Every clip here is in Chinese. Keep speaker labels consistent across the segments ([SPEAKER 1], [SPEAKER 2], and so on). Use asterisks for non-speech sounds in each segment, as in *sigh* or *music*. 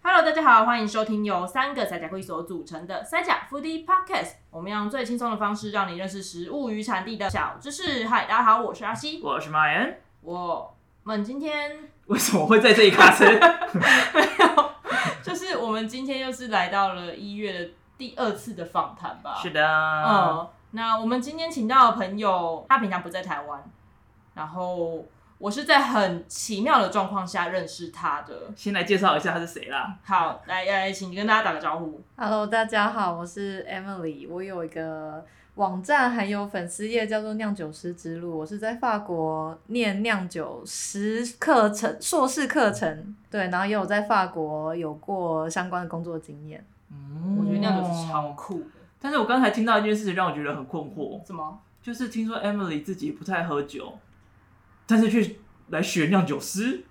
[SPEAKER 1] 大家好，欢迎收听由三个塞甲会所组成的塞甲 Foodie Podcast。我们要用最轻松的方式，让你认识食物与产地的小知识。嗨，大家好，我是阿西。
[SPEAKER 2] 我是马恩。
[SPEAKER 1] 我们今天
[SPEAKER 2] 为什么会在这里
[SPEAKER 1] *laughs*
[SPEAKER 2] 卡车？
[SPEAKER 1] 就是我们今天又是来到了一月的第二次的访谈吧？
[SPEAKER 2] 是
[SPEAKER 1] 嗯
[SPEAKER 2] 的，，
[SPEAKER 1] 那我们今天请到的朋友，他平常不在台湾，然后我是在很奇妙的状况下认识他的。
[SPEAKER 2] 先来介绍一下他是谁啦。
[SPEAKER 1] 好，来来，请跟大家打个招呼。
[SPEAKER 3] Hello，大家好，我是 Emily，我有一个网站还有粉丝页叫做酿酒师之路，我是在法国念酿酒师课程硕士课程，对，然后也有在法国有过相关的工作经验。
[SPEAKER 2] 嗯
[SPEAKER 1] 我觉得那酒是超。酷的，
[SPEAKER 2] 但是我刚才听到一件事情让我觉得很困惑，
[SPEAKER 1] 怎么？
[SPEAKER 2] 就是听说 Emily 自己不太喝酒，但是却来学酿酒师。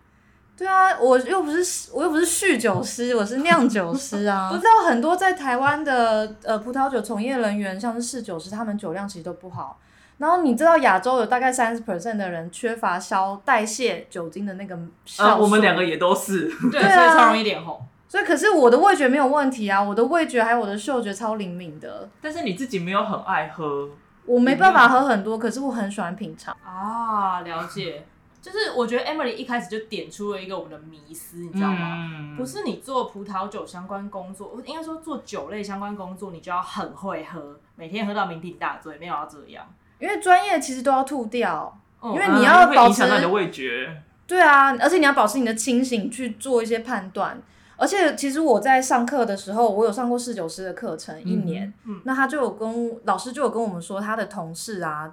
[SPEAKER 3] 对啊，我又不是我又不是酗酒师，我是酿酒师啊。 *laughs* 不知道很多在台湾的呃葡萄酒从业人员，像是侍酒师，他们酒量其实都不好。然后你知道亚洲有大概三十 percent 的人缺乏消代谢酒精的那个酵素、
[SPEAKER 2] 啊，我们两个，也都
[SPEAKER 1] *laughs*
[SPEAKER 2] 是。
[SPEAKER 1] 对，
[SPEAKER 3] 啊
[SPEAKER 1] 所以超容易脸红。
[SPEAKER 3] 所以可是我的味觉没有问题啊，我的味觉还有我的嗅觉超灵敏的，
[SPEAKER 2] 但是你自己没有很爱喝，
[SPEAKER 3] 我没办法喝很多，可是我很喜欢品尝。
[SPEAKER 1] 啊，了解。就是我觉得 Emily 一开始就点出了一个我们的迷思，你知道吗？
[SPEAKER 2] 嗯
[SPEAKER 1] 不是你做葡萄酒相关工作，应该说做酒类相关工作，你就要很会喝，每天喝到酩酊大醉，没有要这样。因
[SPEAKER 3] 因为专业其实都要吐掉，
[SPEAKER 1] 嗯
[SPEAKER 3] 因为
[SPEAKER 2] 嗯
[SPEAKER 3] 你要
[SPEAKER 2] 会
[SPEAKER 3] 保
[SPEAKER 2] 影响
[SPEAKER 3] 持
[SPEAKER 2] 到你的味觉。
[SPEAKER 3] 对啊，而且你要保持你的清醒去做一些判断。而且其实我在上课的时候，我有上过侍酒师的课程一年，
[SPEAKER 1] 嗯
[SPEAKER 3] 那他就有跟老师就有跟我们说，他的同事啊，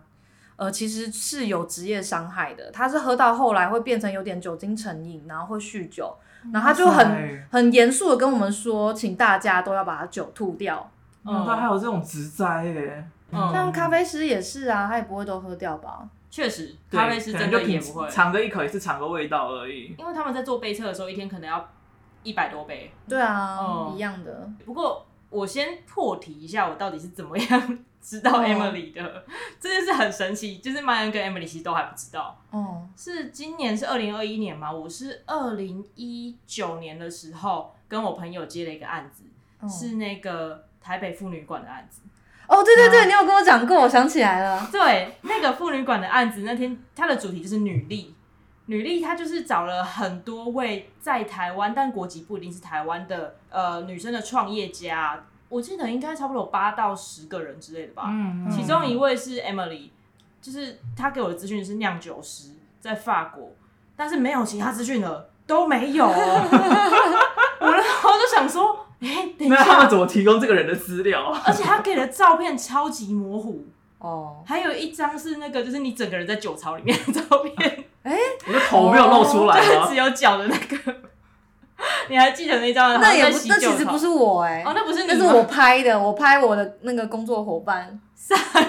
[SPEAKER 3] 呃，其实是有职业伤害的，他是喝到后来会变成有点酒精成瘾，然后会酗酒，
[SPEAKER 1] 嗯
[SPEAKER 3] 然后他就
[SPEAKER 2] 哇
[SPEAKER 3] 很
[SPEAKER 2] 塞
[SPEAKER 3] 很严肃的跟我们说，请大家都要把酒吐掉。
[SPEAKER 2] 那哦他还有这种植栽耶。
[SPEAKER 1] 嗯
[SPEAKER 3] 像咖啡师也是啊，他也不会都喝掉吧？
[SPEAKER 1] 确实，
[SPEAKER 2] 对
[SPEAKER 1] 咖啡师
[SPEAKER 2] 可
[SPEAKER 1] 真
[SPEAKER 2] 能就
[SPEAKER 1] 的也
[SPEAKER 2] 品
[SPEAKER 1] 不会，
[SPEAKER 2] 尝个一口也是尝个味道而已。
[SPEAKER 1] 因为他们在做杯测的时候，一天可能要一百多杯。
[SPEAKER 3] 对啊，
[SPEAKER 1] 哦
[SPEAKER 3] 一样的。
[SPEAKER 1] 不过我先破题一下，我到底是怎么样知道
[SPEAKER 3] 哦
[SPEAKER 1] Emily 的，这件事很神奇，就是麦恩跟 Emily 其实都还不知道。
[SPEAKER 3] 哦、
[SPEAKER 1] 是今年是二零二一年嘛？我是二零一九年的时候跟我朋友接了一个案子，
[SPEAKER 3] 嗯
[SPEAKER 1] 是那个台北妇女馆的案子。
[SPEAKER 3] 哦，对对对，你有跟我讲过，我想起来了。
[SPEAKER 1] 对，那个妇女馆的案子，那天它的主题就是女力。女力，她就是找了很多位在台湾，但国籍不一定是台湾的呃女生的创业家，我记得应该差不多有八到十个人之类的吧。
[SPEAKER 2] 嗯
[SPEAKER 1] 其中一位是 Emily，就是她给我的资讯是酿酒师，在法国，但是没有其他资讯了，都没有、哦。 *laughs* 我然后就想说，哎、等一
[SPEAKER 2] *laughs* 那他们
[SPEAKER 1] 下，
[SPEAKER 2] 怎么提供这个人的资料？啊
[SPEAKER 1] 而且他给的照片超级模糊，
[SPEAKER 3] 哦，
[SPEAKER 1] 还有一张是那个就是你整个人在酒槽里面的照片，
[SPEAKER 2] 我的头没有露出来啊
[SPEAKER 1] 就是
[SPEAKER 2] 吗
[SPEAKER 1] 只？有脚的那个。 *laughs* 你还记得那张？好
[SPEAKER 3] 那
[SPEAKER 1] 像
[SPEAKER 3] 也
[SPEAKER 1] 在
[SPEAKER 3] 不，
[SPEAKER 1] 洗
[SPEAKER 3] 那
[SPEAKER 1] 酒
[SPEAKER 3] 其实
[SPEAKER 1] 槽
[SPEAKER 3] 不是我哎、
[SPEAKER 1] 哦，那不是你
[SPEAKER 3] 那
[SPEAKER 1] 吗，
[SPEAKER 3] 是我拍的，我拍我的那个工作伙伴，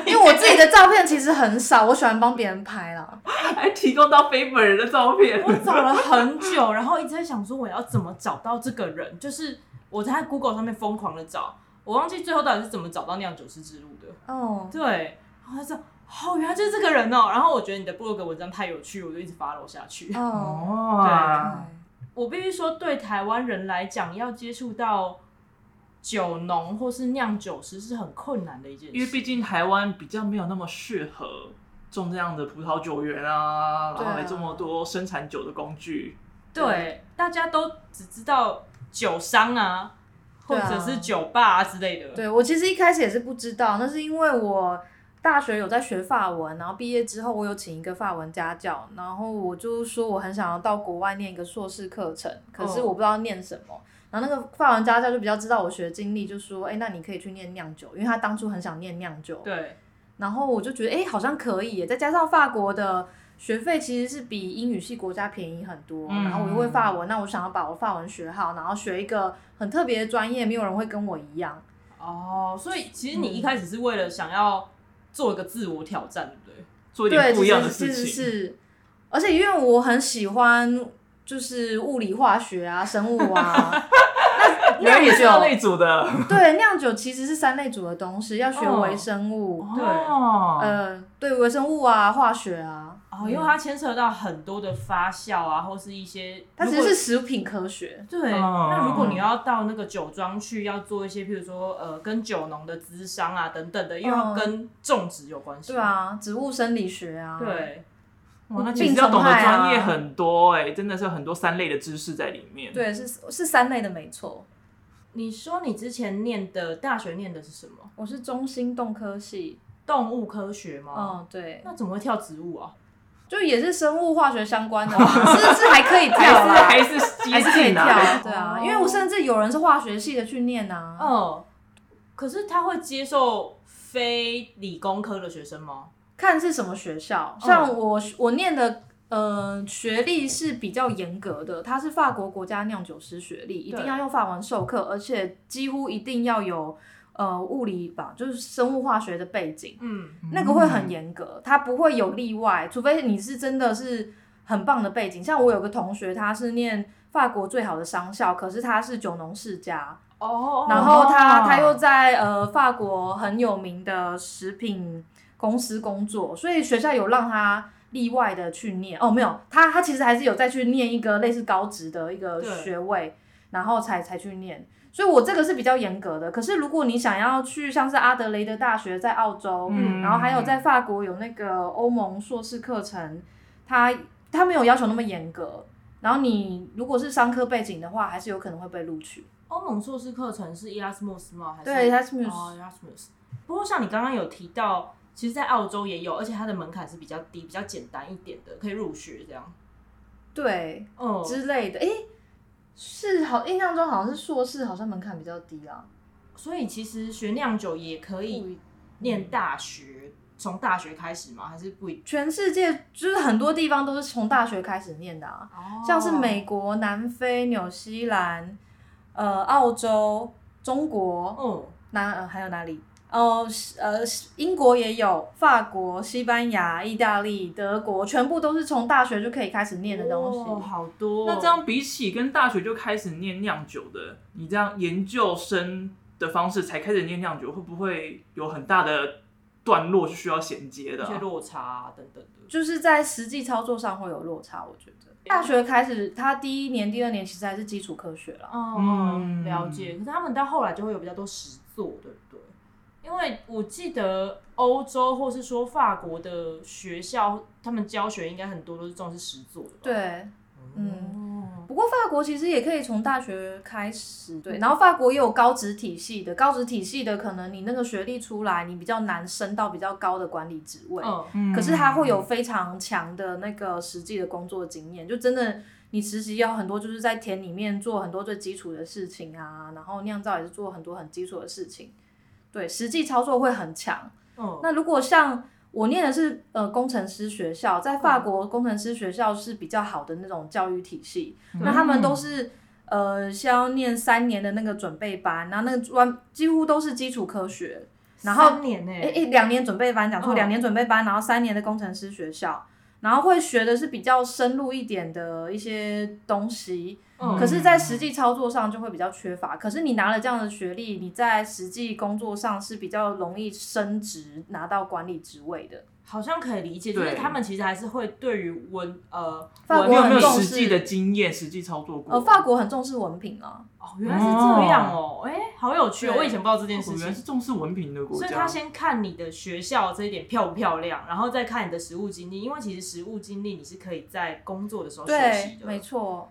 [SPEAKER 3] 因为我自己的照片其实很少，我喜欢帮别人拍啦。
[SPEAKER 2] 还提供到非本人的照
[SPEAKER 1] *laughs*
[SPEAKER 2] 片，
[SPEAKER 1] 我找了很久，然后一直在想说我要怎么找到这个人，就是我在 Google 上面疯狂的找，我忘记最后到底是怎么找到酿酒师之路的。
[SPEAKER 3] 哦，
[SPEAKER 1] 对，然后他说哦，原来就是这个人哦。然后我觉得你的部落格文章太有趣，我就一直 follow 下去。 *laughs*
[SPEAKER 3] 哦，
[SPEAKER 1] 啊
[SPEAKER 2] 哦，
[SPEAKER 1] 我必须说，对台湾人来讲，要接触到酒农或是酿酒师是很困难的一件
[SPEAKER 2] 因为
[SPEAKER 1] 事。
[SPEAKER 2] 毕竟台湾比较没有那么适合种这样的葡萄酒园啊，然
[SPEAKER 3] 对
[SPEAKER 2] 后
[SPEAKER 3] 啊
[SPEAKER 2] 还这么多生产酒的工具，
[SPEAKER 1] 对，大家都只知道酒商啊，或
[SPEAKER 3] 对啊
[SPEAKER 1] 者是酒吧啊之类的。
[SPEAKER 3] 对我其实一开始也是不知道，那是因为我大学有在学法文，然后毕业之后我有请一个法文家教，然后我就说我很想要到国外念一个硕士课程，可是
[SPEAKER 1] 哦
[SPEAKER 3] 我不知道念什么。然后那个法文家教就比较知道我学经历，就说：“哎、那你可以去念酿酒，因为他当初很想念酿酒。”
[SPEAKER 1] 对
[SPEAKER 3] 然后我就觉得，哎，好像可以耶。再加上法国的学费其实是比英语系国家便宜很多，
[SPEAKER 2] 嗯
[SPEAKER 3] 然后我又会法文，那我想要把我法文学好，然后学一个很特别的专业，没有人会跟我一样。
[SPEAKER 1] 哦，所以其实你一开始是为了想要做一个自我挑战，对不对？
[SPEAKER 2] 做一
[SPEAKER 3] 对，
[SPEAKER 2] 点不
[SPEAKER 3] 其
[SPEAKER 2] 一样的
[SPEAKER 3] 实
[SPEAKER 2] 事
[SPEAKER 3] 其实
[SPEAKER 2] 情。
[SPEAKER 3] 是，而且因
[SPEAKER 2] *laughs*
[SPEAKER 3] 为我很喜欢就是物理化学啊、生物啊，那
[SPEAKER 2] 那
[SPEAKER 3] 人
[SPEAKER 2] 也是要
[SPEAKER 3] 酒，
[SPEAKER 2] 类组的，
[SPEAKER 3] 对，酿酒其实是三类组的东西，要学
[SPEAKER 1] 哦
[SPEAKER 3] 微生物，
[SPEAKER 2] 对
[SPEAKER 1] 哦，
[SPEAKER 3] 呃，对，微生物啊，化学啊，
[SPEAKER 1] 哦，因为它牵涉到很多的发酵啊，或是一些，
[SPEAKER 3] 它
[SPEAKER 1] 如
[SPEAKER 3] 其实
[SPEAKER 1] 果
[SPEAKER 3] 是嗯食品科学。
[SPEAKER 1] 对，
[SPEAKER 2] 哦
[SPEAKER 1] 那如果你要到那个酒庄去，要做一些，譬如说呃，跟酒农的资商啊等等的，因为要
[SPEAKER 3] 嗯
[SPEAKER 1] 跟种植有关系。
[SPEAKER 3] 对，啊，植物生理学啊，，
[SPEAKER 1] 对，
[SPEAKER 2] 哇，那
[SPEAKER 3] 嗯
[SPEAKER 2] 其实
[SPEAKER 3] 病
[SPEAKER 2] 要
[SPEAKER 3] 虫
[SPEAKER 2] 懂得
[SPEAKER 3] 害啊
[SPEAKER 2] 专业很多哎、真的是有很多三类的知识在里面。，
[SPEAKER 3] 对是是三类的没错。
[SPEAKER 1] 你说你之前念的大学念的是什么？
[SPEAKER 3] 我是中心动科系，
[SPEAKER 1] 动物科学吗？
[SPEAKER 3] 嗯，对，
[SPEAKER 1] 那怎么会跳植物啊？
[SPEAKER 3] 就也是生物化学相关 *laughs* 的嘛，是是还可以跳啦，
[SPEAKER 2] 还啊是还是
[SPEAKER 3] 还是
[SPEAKER 2] 接
[SPEAKER 3] 可以
[SPEAKER 2] 近
[SPEAKER 3] 跳
[SPEAKER 2] 啊，，
[SPEAKER 3] 对啊
[SPEAKER 1] 哦，
[SPEAKER 3] 因为我甚至有人是化学系的去念啊，
[SPEAKER 1] 哦，可是他会接受非理工科的学生吗？
[SPEAKER 3] 看是什么学校，像我我念的。呃，学历是比较严格的，它是法国国家酿酒师学历，一定要用法文授课，而且几乎一定要有呃物理吧，就是生物化学的背景。
[SPEAKER 1] 嗯，
[SPEAKER 3] 那个会很严格，它不会有例外，除非你是真的是很棒的背景。像我有个同学，他是念法国最好的商校，可是他是酒农世家，
[SPEAKER 1] 哦
[SPEAKER 3] 然后他他又在呃法国很有名的食品公司工作，所以学校有让他。例外的去念哦，没有，他他其实还是有再去念一个类似高职的一个
[SPEAKER 1] 对
[SPEAKER 3] 学位，然后才才去念，所以我这个是比较严格的。可是如果你想要去像是阿德雷德大学在澳洲，
[SPEAKER 1] 嗯
[SPEAKER 3] 然后还有在法国有那个欧盟硕士课程，它它没有要求那么严格。然后你如果是商科背景的话，还是有可能会被录取。
[SPEAKER 1] 欧盟硕士课程是 Erasmus 吗？还是
[SPEAKER 3] 对，Erasmus
[SPEAKER 1] 哦，Erasmus。不过像你刚刚有提到，其实，在澳洲也有，而且它的门槛是比较低、比较简单一点的，可以入学这样。
[SPEAKER 3] 对
[SPEAKER 1] 哦，
[SPEAKER 3] 之类的。诶，是好，印象中好像是硕士，好像门槛比较低啊。
[SPEAKER 1] 所以其实学酿酒也可以念大学，从大学开始吗？还是不一定？
[SPEAKER 3] 全世界就是很多地方都是从大学开始念的啊。
[SPEAKER 1] 哦
[SPEAKER 3] 像是美国、南非、纽西兰、呃澳洲、中国，
[SPEAKER 1] 哦，
[SPEAKER 3] 南、呃、还有哪里？哦，是呃，是英国也有，法国、西班牙、意大利、德国，全部都是从大学就可以开始念的东西。
[SPEAKER 1] 哦好多哦。
[SPEAKER 2] 那这样比起跟大学就开始念酿酒的，你这样研究生的方式才开始念酿酒，会不会有很大的段落是需要衔接的
[SPEAKER 1] 一
[SPEAKER 2] 啊、
[SPEAKER 1] 些落差啊等等的。
[SPEAKER 3] 就是在实际操作上会有落差，我觉得。大学开始，他第一年、第二年其实还是基础科学啦。
[SPEAKER 1] 哦，
[SPEAKER 2] 嗯
[SPEAKER 1] 了解。可是他们到后来就会有比较多实作，对不对？因为我记得欧洲或是说法国的学校，他们教学应该很多都是重视实作的吧？，
[SPEAKER 3] 对，嗯。
[SPEAKER 1] 嗯，
[SPEAKER 3] 不过法国其实也可以从大学开始，对，然后法国也有高职体系的，高职体系的可能你那个学历出来，你比较难升到比较高的管理职位，
[SPEAKER 1] 嗯，
[SPEAKER 2] 嗯
[SPEAKER 3] 可是他会有非常强的那个实际的工作经验，就真的你实习要很多，就是在田里面做很多最基础的事情啊，然后酿造也是做很多很基础的事情，对，实际操作会很强。
[SPEAKER 1] 嗯，
[SPEAKER 3] 那如果像我念的是呃工程师学校，在法国工程师学校是比较好的那种教育体系，那他们都是。呃，先要念三年的那个准备班，然后那个专几乎都是基础科学，然后
[SPEAKER 1] 三年呢、
[SPEAKER 3] 诶诶，两年准备班讲
[SPEAKER 1] 嗯
[SPEAKER 3] 错，两年准备班，然后三年的工程师学校，然后会学的是比较深入一点的一些东西，
[SPEAKER 1] 嗯
[SPEAKER 3] 可是，在实际操作上就会比较缺乏。可是你拿了这样的学历，你在实际工作上是比较容易升职，拿到管理职位的。
[SPEAKER 1] 好像可以理解，就是
[SPEAKER 2] 对
[SPEAKER 1] 他们其实还是会对于文呃
[SPEAKER 3] 法
[SPEAKER 1] 文
[SPEAKER 2] 你
[SPEAKER 3] 国
[SPEAKER 2] 有
[SPEAKER 3] 很
[SPEAKER 2] 没有
[SPEAKER 3] 重
[SPEAKER 2] 实
[SPEAKER 3] 视
[SPEAKER 2] 际的经验、实际操作过？哦
[SPEAKER 3] 呃，法国很重视文凭啊，
[SPEAKER 1] 哦，原来是这样哦，哎、好有趣、哦，
[SPEAKER 3] 对
[SPEAKER 1] 我以前不知道这件
[SPEAKER 2] 哦
[SPEAKER 1] 事
[SPEAKER 2] 原来是
[SPEAKER 1] 情。
[SPEAKER 2] 重视文凭的国
[SPEAKER 1] 所
[SPEAKER 2] 家，
[SPEAKER 1] 以他先看你的学校这一点漂不漂亮，然后再看你的实务经历，因为其实实务经历你是可以在工作的时候学习
[SPEAKER 3] 对，
[SPEAKER 1] 的。
[SPEAKER 3] 没错。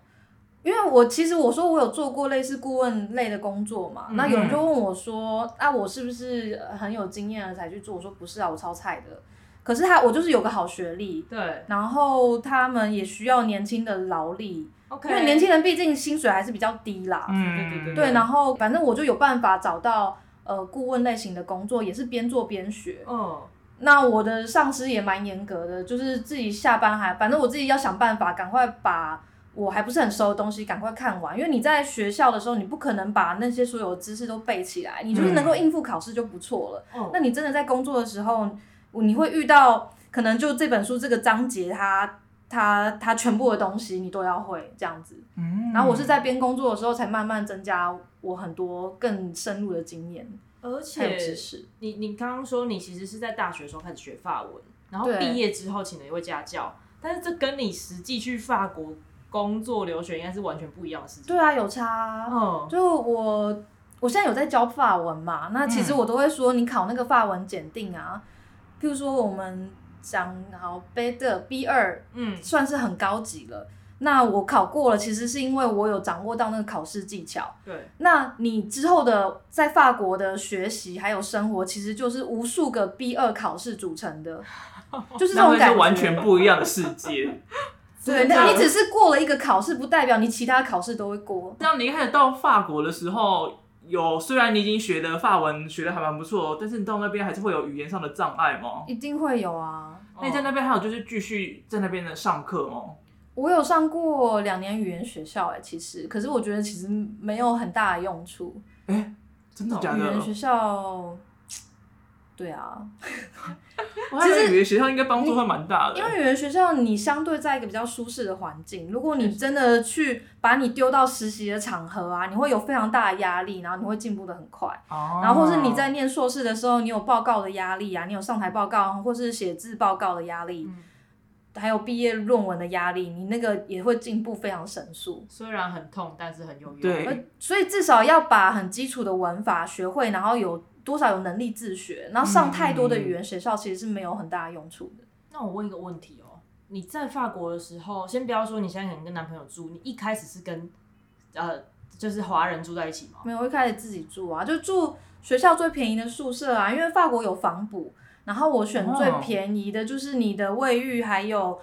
[SPEAKER 3] 因为我其实我说我有做过类似顾问类的工作嘛，那有人就问我说，啊，我是不是呃很有经验了才去做？我说不是啊，我超菜的。可是他我就是有个好学历，
[SPEAKER 1] 对
[SPEAKER 3] 然后他们也需要年轻的劳力，
[SPEAKER 1] ，OK，
[SPEAKER 3] 因为年轻人毕竟薪水还是比较低啦。
[SPEAKER 2] 嗯，
[SPEAKER 1] 对对对
[SPEAKER 3] 对，然后反正我就有办法找到呃顾问类型的工作，也是边做边学。
[SPEAKER 1] 嗯，
[SPEAKER 3] 那我的上司也蛮严格的，就是自己下班还，反正我自己要想办法，赶快把我还不是很熟的东西赶快看完。因为你在学校的时候，你不可能把那些所有知识都背起来，你就是能够应付考试就不错了。
[SPEAKER 1] 哦
[SPEAKER 3] 那你真的在工作的时候，你会遇到可能就这本书这个章节它它它全部的东西你都要会这样子。
[SPEAKER 2] 嗯
[SPEAKER 3] 然后我是在边工作的时候才慢慢增加我很多更深入的经验
[SPEAKER 1] 而
[SPEAKER 3] 还有
[SPEAKER 1] 且
[SPEAKER 3] 知识。
[SPEAKER 1] 你你刚刚说你其实是在大学的时候开始学法文，然后
[SPEAKER 3] 对
[SPEAKER 1] 毕业之后请了一位家教，但是这跟你实际去法国工作留学应该是完全不一样的事情。
[SPEAKER 3] 对啊，有差啊、
[SPEAKER 1] 嗯，
[SPEAKER 3] 就我我现在有在教法文嘛，那其实我都会说，你考那个法文检定啊，譬如说我们讲好 B 的 B 二，
[SPEAKER 1] 嗯
[SPEAKER 3] 算是很高级了。那我考过了，其实是因为我有掌握到那个考试技巧。
[SPEAKER 1] 对，
[SPEAKER 3] 那你之后的在法国的学习还有生活，其实就是无数个 B 二考试组
[SPEAKER 2] *laughs*
[SPEAKER 3] 成的，就是这
[SPEAKER 2] 那
[SPEAKER 3] 种
[SPEAKER 2] 会
[SPEAKER 3] 感
[SPEAKER 2] 是
[SPEAKER 3] 觉。
[SPEAKER 2] 完全不一样的世界。 *laughs*
[SPEAKER 3] 对，
[SPEAKER 1] 真的
[SPEAKER 3] 那你只是过了一个考试，不代表你其他考试都会过。
[SPEAKER 2] 那你一开始到法国的时候，有虽然你已经学的法文学的还蛮不错，但是你到那边还是会有语言上的障碍吗？
[SPEAKER 1] 哦
[SPEAKER 3] 一定会有啊。
[SPEAKER 1] 嗯
[SPEAKER 2] 那你在那边还有就是继续在那边的上课吗？
[SPEAKER 3] 我有上过两年语言学校、哎，其实，可是我觉得其实没有很大的用处。
[SPEAKER 2] 真的假
[SPEAKER 3] 语
[SPEAKER 2] 的
[SPEAKER 3] 言？学校，对啊，
[SPEAKER 2] 我还以为语言学校应该帮助会蛮大的
[SPEAKER 3] 因。为语言学校你相对在一个比较舒适的环境，如果你真的去把你丢到实习的场合啊，你会有非常大的压力，然后你会进步的很快。
[SPEAKER 2] 哦
[SPEAKER 3] 然后或是你在念硕士的时候，你有报告的压力啊，你有上台报告或是写字报告的压力，
[SPEAKER 1] 嗯
[SPEAKER 3] 还有毕业论文的压力，你那个也会进步非常神速。
[SPEAKER 1] 虽然很痛，但是很有用。
[SPEAKER 2] 对
[SPEAKER 3] 呃所以至少要把很基础的文法学会，然后有多少有能力自学，然后上太多的语言学校其实是没有很大的用处的。
[SPEAKER 1] 那我问一个问题哦，你在法国的时候，先不要说你现在可能跟男朋友住，你一开始是跟呃就是华人住在一起吗？
[SPEAKER 3] 没有，我一开始自己住啊，就住学校最便宜的宿舍啊，因为法国有房补，然后我选最便宜的，就是你的卫浴还有。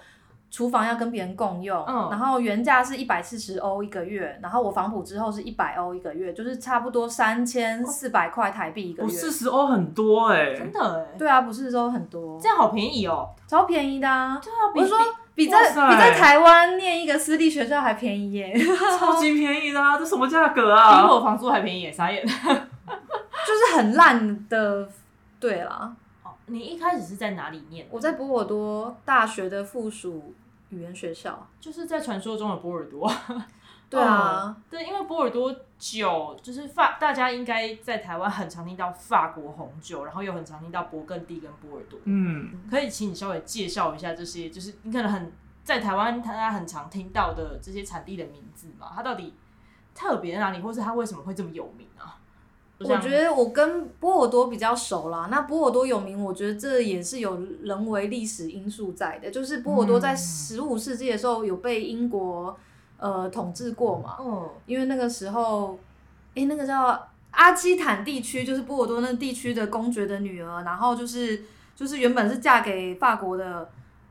[SPEAKER 3] 厨房要跟别人共用，
[SPEAKER 1] 嗯
[SPEAKER 3] 然后原价是一百四十欧一个月，然后我房补之后是一百欧一个月，就是差不多三千四百块台币一个
[SPEAKER 2] 我
[SPEAKER 3] 月。
[SPEAKER 2] 哦四十欧很多哎、
[SPEAKER 1] 真的哎，
[SPEAKER 3] 对啊，不是说很多
[SPEAKER 1] 这，样好便宜哦。
[SPEAKER 3] 超便宜的啊。
[SPEAKER 1] 对啊，比
[SPEAKER 3] 我是说比在
[SPEAKER 2] 哇塞
[SPEAKER 3] 比在台湾念一个私立学校还便宜耶， *laughs* 就
[SPEAKER 2] 超级便宜的啊！这什么价格
[SPEAKER 1] 比
[SPEAKER 2] 啊？
[SPEAKER 1] 我房租还便宜耶，
[SPEAKER 3] *laughs*
[SPEAKER 1] 傻眼。
[SPEAKER 3] 是很烂的。对啦，
[SPEAKER 1] 哦，你一开始是在哪里念？
[SPEAKER 3] 我在波尔多大学的附属语言学校。
[SPEAKER 1] 就是在传说中的波尔多。
[SPEAKER 3] 对啊，
[SPEAKER 1] 对，因为波尔多酒就是法，大家应该在台湾很常听到法国红酒，然后又很常听到勃艮第跟波尔多。
[SPEAKER 2] 嗯，
[SPEAKER 1] 可以请你稍微介绍一下这些，就是你可能很在台湾大家很常听到的这些产地的名字嘛？它到底特别在哪里，或是它为什么会这么有名啊？就
[SPEAKER 3] 我
[SPEAKER 1] 像
[SPEAKER 3] 觉得我跟波尔多比较熟啦。那波尔多有名，我觉得这也是有人为历史因素在的，就是波尔多在
[SPEAKER 2] 嗯
[SPEAKER 3] 十五世纪的时候有被英国呃统治过嘛，
[SPEAKER 1] 哦，
[SPEAKER 3] 因为那个时候，诶，那个叫阿基坦地区，就是波尔多那地区的公爵的女儿，然后就是就是原本是嫁给法国的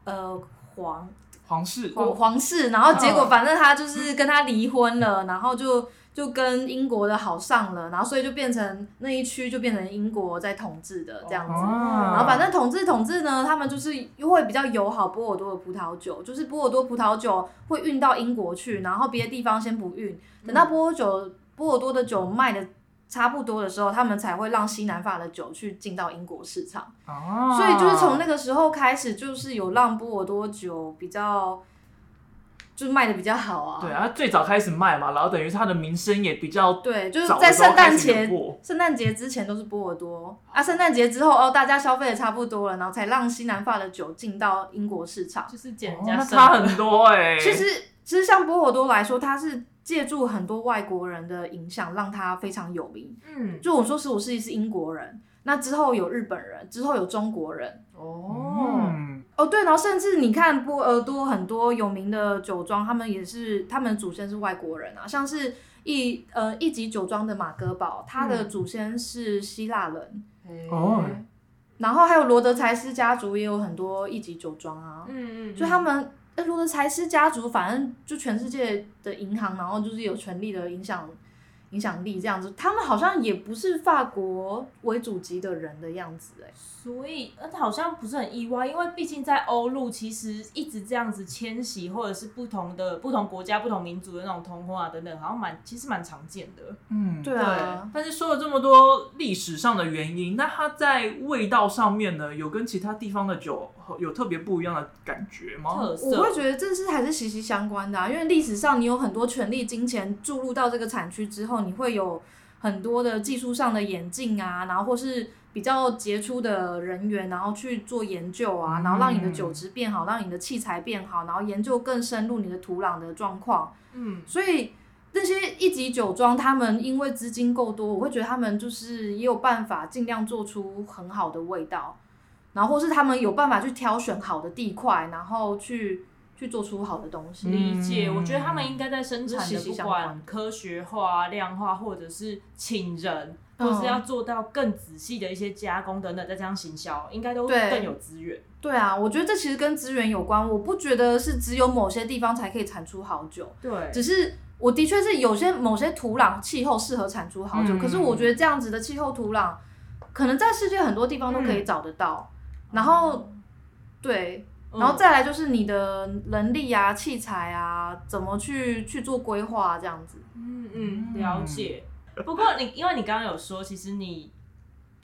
[SPEAKER 3] 呃皇
[SPEAKER 2] 皇室
[SPEAKER 3] 皇皇室，然后结果反正她就是跟他离婚了，然后就就跟英国的好上了，然后所以就变成那一区就变成英国在统治的这样子。
[SPEAKER 1] 哦
[SPEAKER 2] 啊
[SPEAKER 3] 然后反正统治统治呢，他们就是会比较友好波尔多的葡萄酒，就是波尔多葡萄酒会运到英国去，然后别的地方先不运，
[SPEAKER 2] 嗯
[SPEAKER 3] 等到波尔酒波尔多的酒卖的差不多的时候，他们才会让西南法的酒去进到英国市场。
[SPEAKER 2] 啊，
[SPEAKER 3] 所以就是从那个时候开始，就是有让波尔多酒比较就是卖的比较好啊。
[SPEAKER 2] 对啊，他最早开始卖嘛，然后等于是他的名声也比较
[SPEAKER 3] 对，就是
[SPEAKER 2] 早的
[SPEAKER 3] 在
[SPEAKER 2] 时候
[SPEAKER 3] 圣诞
[SPEAKER 2] 开始有
[SPEAKER 3] 节
[SPEAKER 2] 过，
[SPEAKER 3] 圣诞节之前都是波尔多啊，圣诞节之后哦，大家消费的差不多了，然后才让西南法的酒进到英国市场。
[SPEAKER 1] 就是捡
[SPEAKER 2] 哦
[SPEAKER 1] 人家
[SPEAKER 2] 那
[SPEAKER 1] 剩
[SPEAKER 2] 差
[SPEAKER 1] 的、
[SPEAKER 2] 很多哎、
[SPEAKER 3] 其实，其实像波尔多来说，它是借助很多外国人的影响，让它非常有名。
[SPEAKER 1] 嗯
[SPEAKER 3] 就我说，十五世纪是英国人，那之后有日本人，之后有中国人，
[SPEAKER 1] 哦，
[SPEAKER 2] 嗯，
[SPEAKER 3] 嗯哦，对，然后甚至你看波尔多很多有名的酒庄，他们也是他们的祖先是外国人啊，像是一呃一级酒庄的马格堡，他的
[SPEAKER 1] 嗯
[SPEAKER 3] 祖先是希腊人，
[SPEAKER 1] 嘿
[SPEAKER 2] 哦
[SPEAKER 3] 然后还有罗德柴斯家族也有很多一级酒庄啊，
[SPEAKER 1] 嗯嗯，
[SPEAKER 3] 就他们呃罗德柴斯家族，反正就全世界的银行，然后就是有权力的影响影响力这样子，他们好像也不是法国为祖籍的人的样子、欸，
[SPEAKER 1] 所以，呃，好像不是很意外，因为毕竟在欧陆，其实一直这样子迁徙，或者是不同的不同国家、不同民族的那种通婚啊等等，好像蛮其实蛮常见的。
[SPEAKER 2] 嗯，
[SPEAKER 3] 对啊
[SPEAKER 2] 但是说了这么多历史上的原因，那它在味道上面呢，有跟其他地方的酒有特别不一样的感觉吗？
[SPEAKER 1] 特
[SPEAKER 3] 哦我
[SPEAKER 1] 色
[SPEAKER 3] 会觉得这是还是息息相关的啊，因为历史上你有很多权力、金钱注入到这个产区之后，你会有很多的技术上的演进啊，然后或是比较杰出的人员，然后去做研究啊，
[SPEAKER 2] 嗯
[SPEAKER 3] 然后让你的酒质变好，让你的器材变好，然后研究更深入你的土壤的状况。
[SPEAKER 1] 嗯，
[SPEAKER 3] 所以那些一级酒庄，他们因为资金够多，我会觉得他们就是也有办法尽量做出很好的味道，然后或是他们有办法去挑选好的地块，然后去去做出好的东西。
[SPEAKER 1] 理解，
[SPEAKER 2] 嗯
[SPEAKER 1] 我觉得他们应该在生产
[SPEAKER 3] 是
[SPEAKER 1] 的
[SPEAKER 3] 息息
[SPEAKER 1] 不
[SPEAKER 3] 相
[SPEAKER 1] 管
[SPEAKER 3] 关
[SPEAKER 1] 科学化、量化，或者是请人，
[SPEAKER 3] 嗯
[SPEAKER 1] 或者是要做到更仔细的一些加工等等，再加上行销，应该都
[SPEAKER 3] 对
[SPEAKER 1] 更有资源。
[SPEAKER 3] 对啊，我觉得这其实跟资源有关，我不觉得是只有某些地方才可以产出好酒，
[SPEAKER 1] 对，
[SPEAKER 3] 只是。我的确是有些某些土壤气候适合产出好酒，
[SPEAKER 2] 嗯
[SPEAKER 3] 可是我觉得这样子的气候土壤，可能在世界很多地方都可以找得
[SPEAKER 2] 嗯
[SPEAKER 3] 到。然后，对，
[SPEAKER 1] 嗯
[SPEAKER 3] 然后再来就是你的能力啊、器材啊，怎么去去做规划、这样子。
[SPEAKER 1] 嗯嗯，了解。不过你因为你刚刚有说，其实你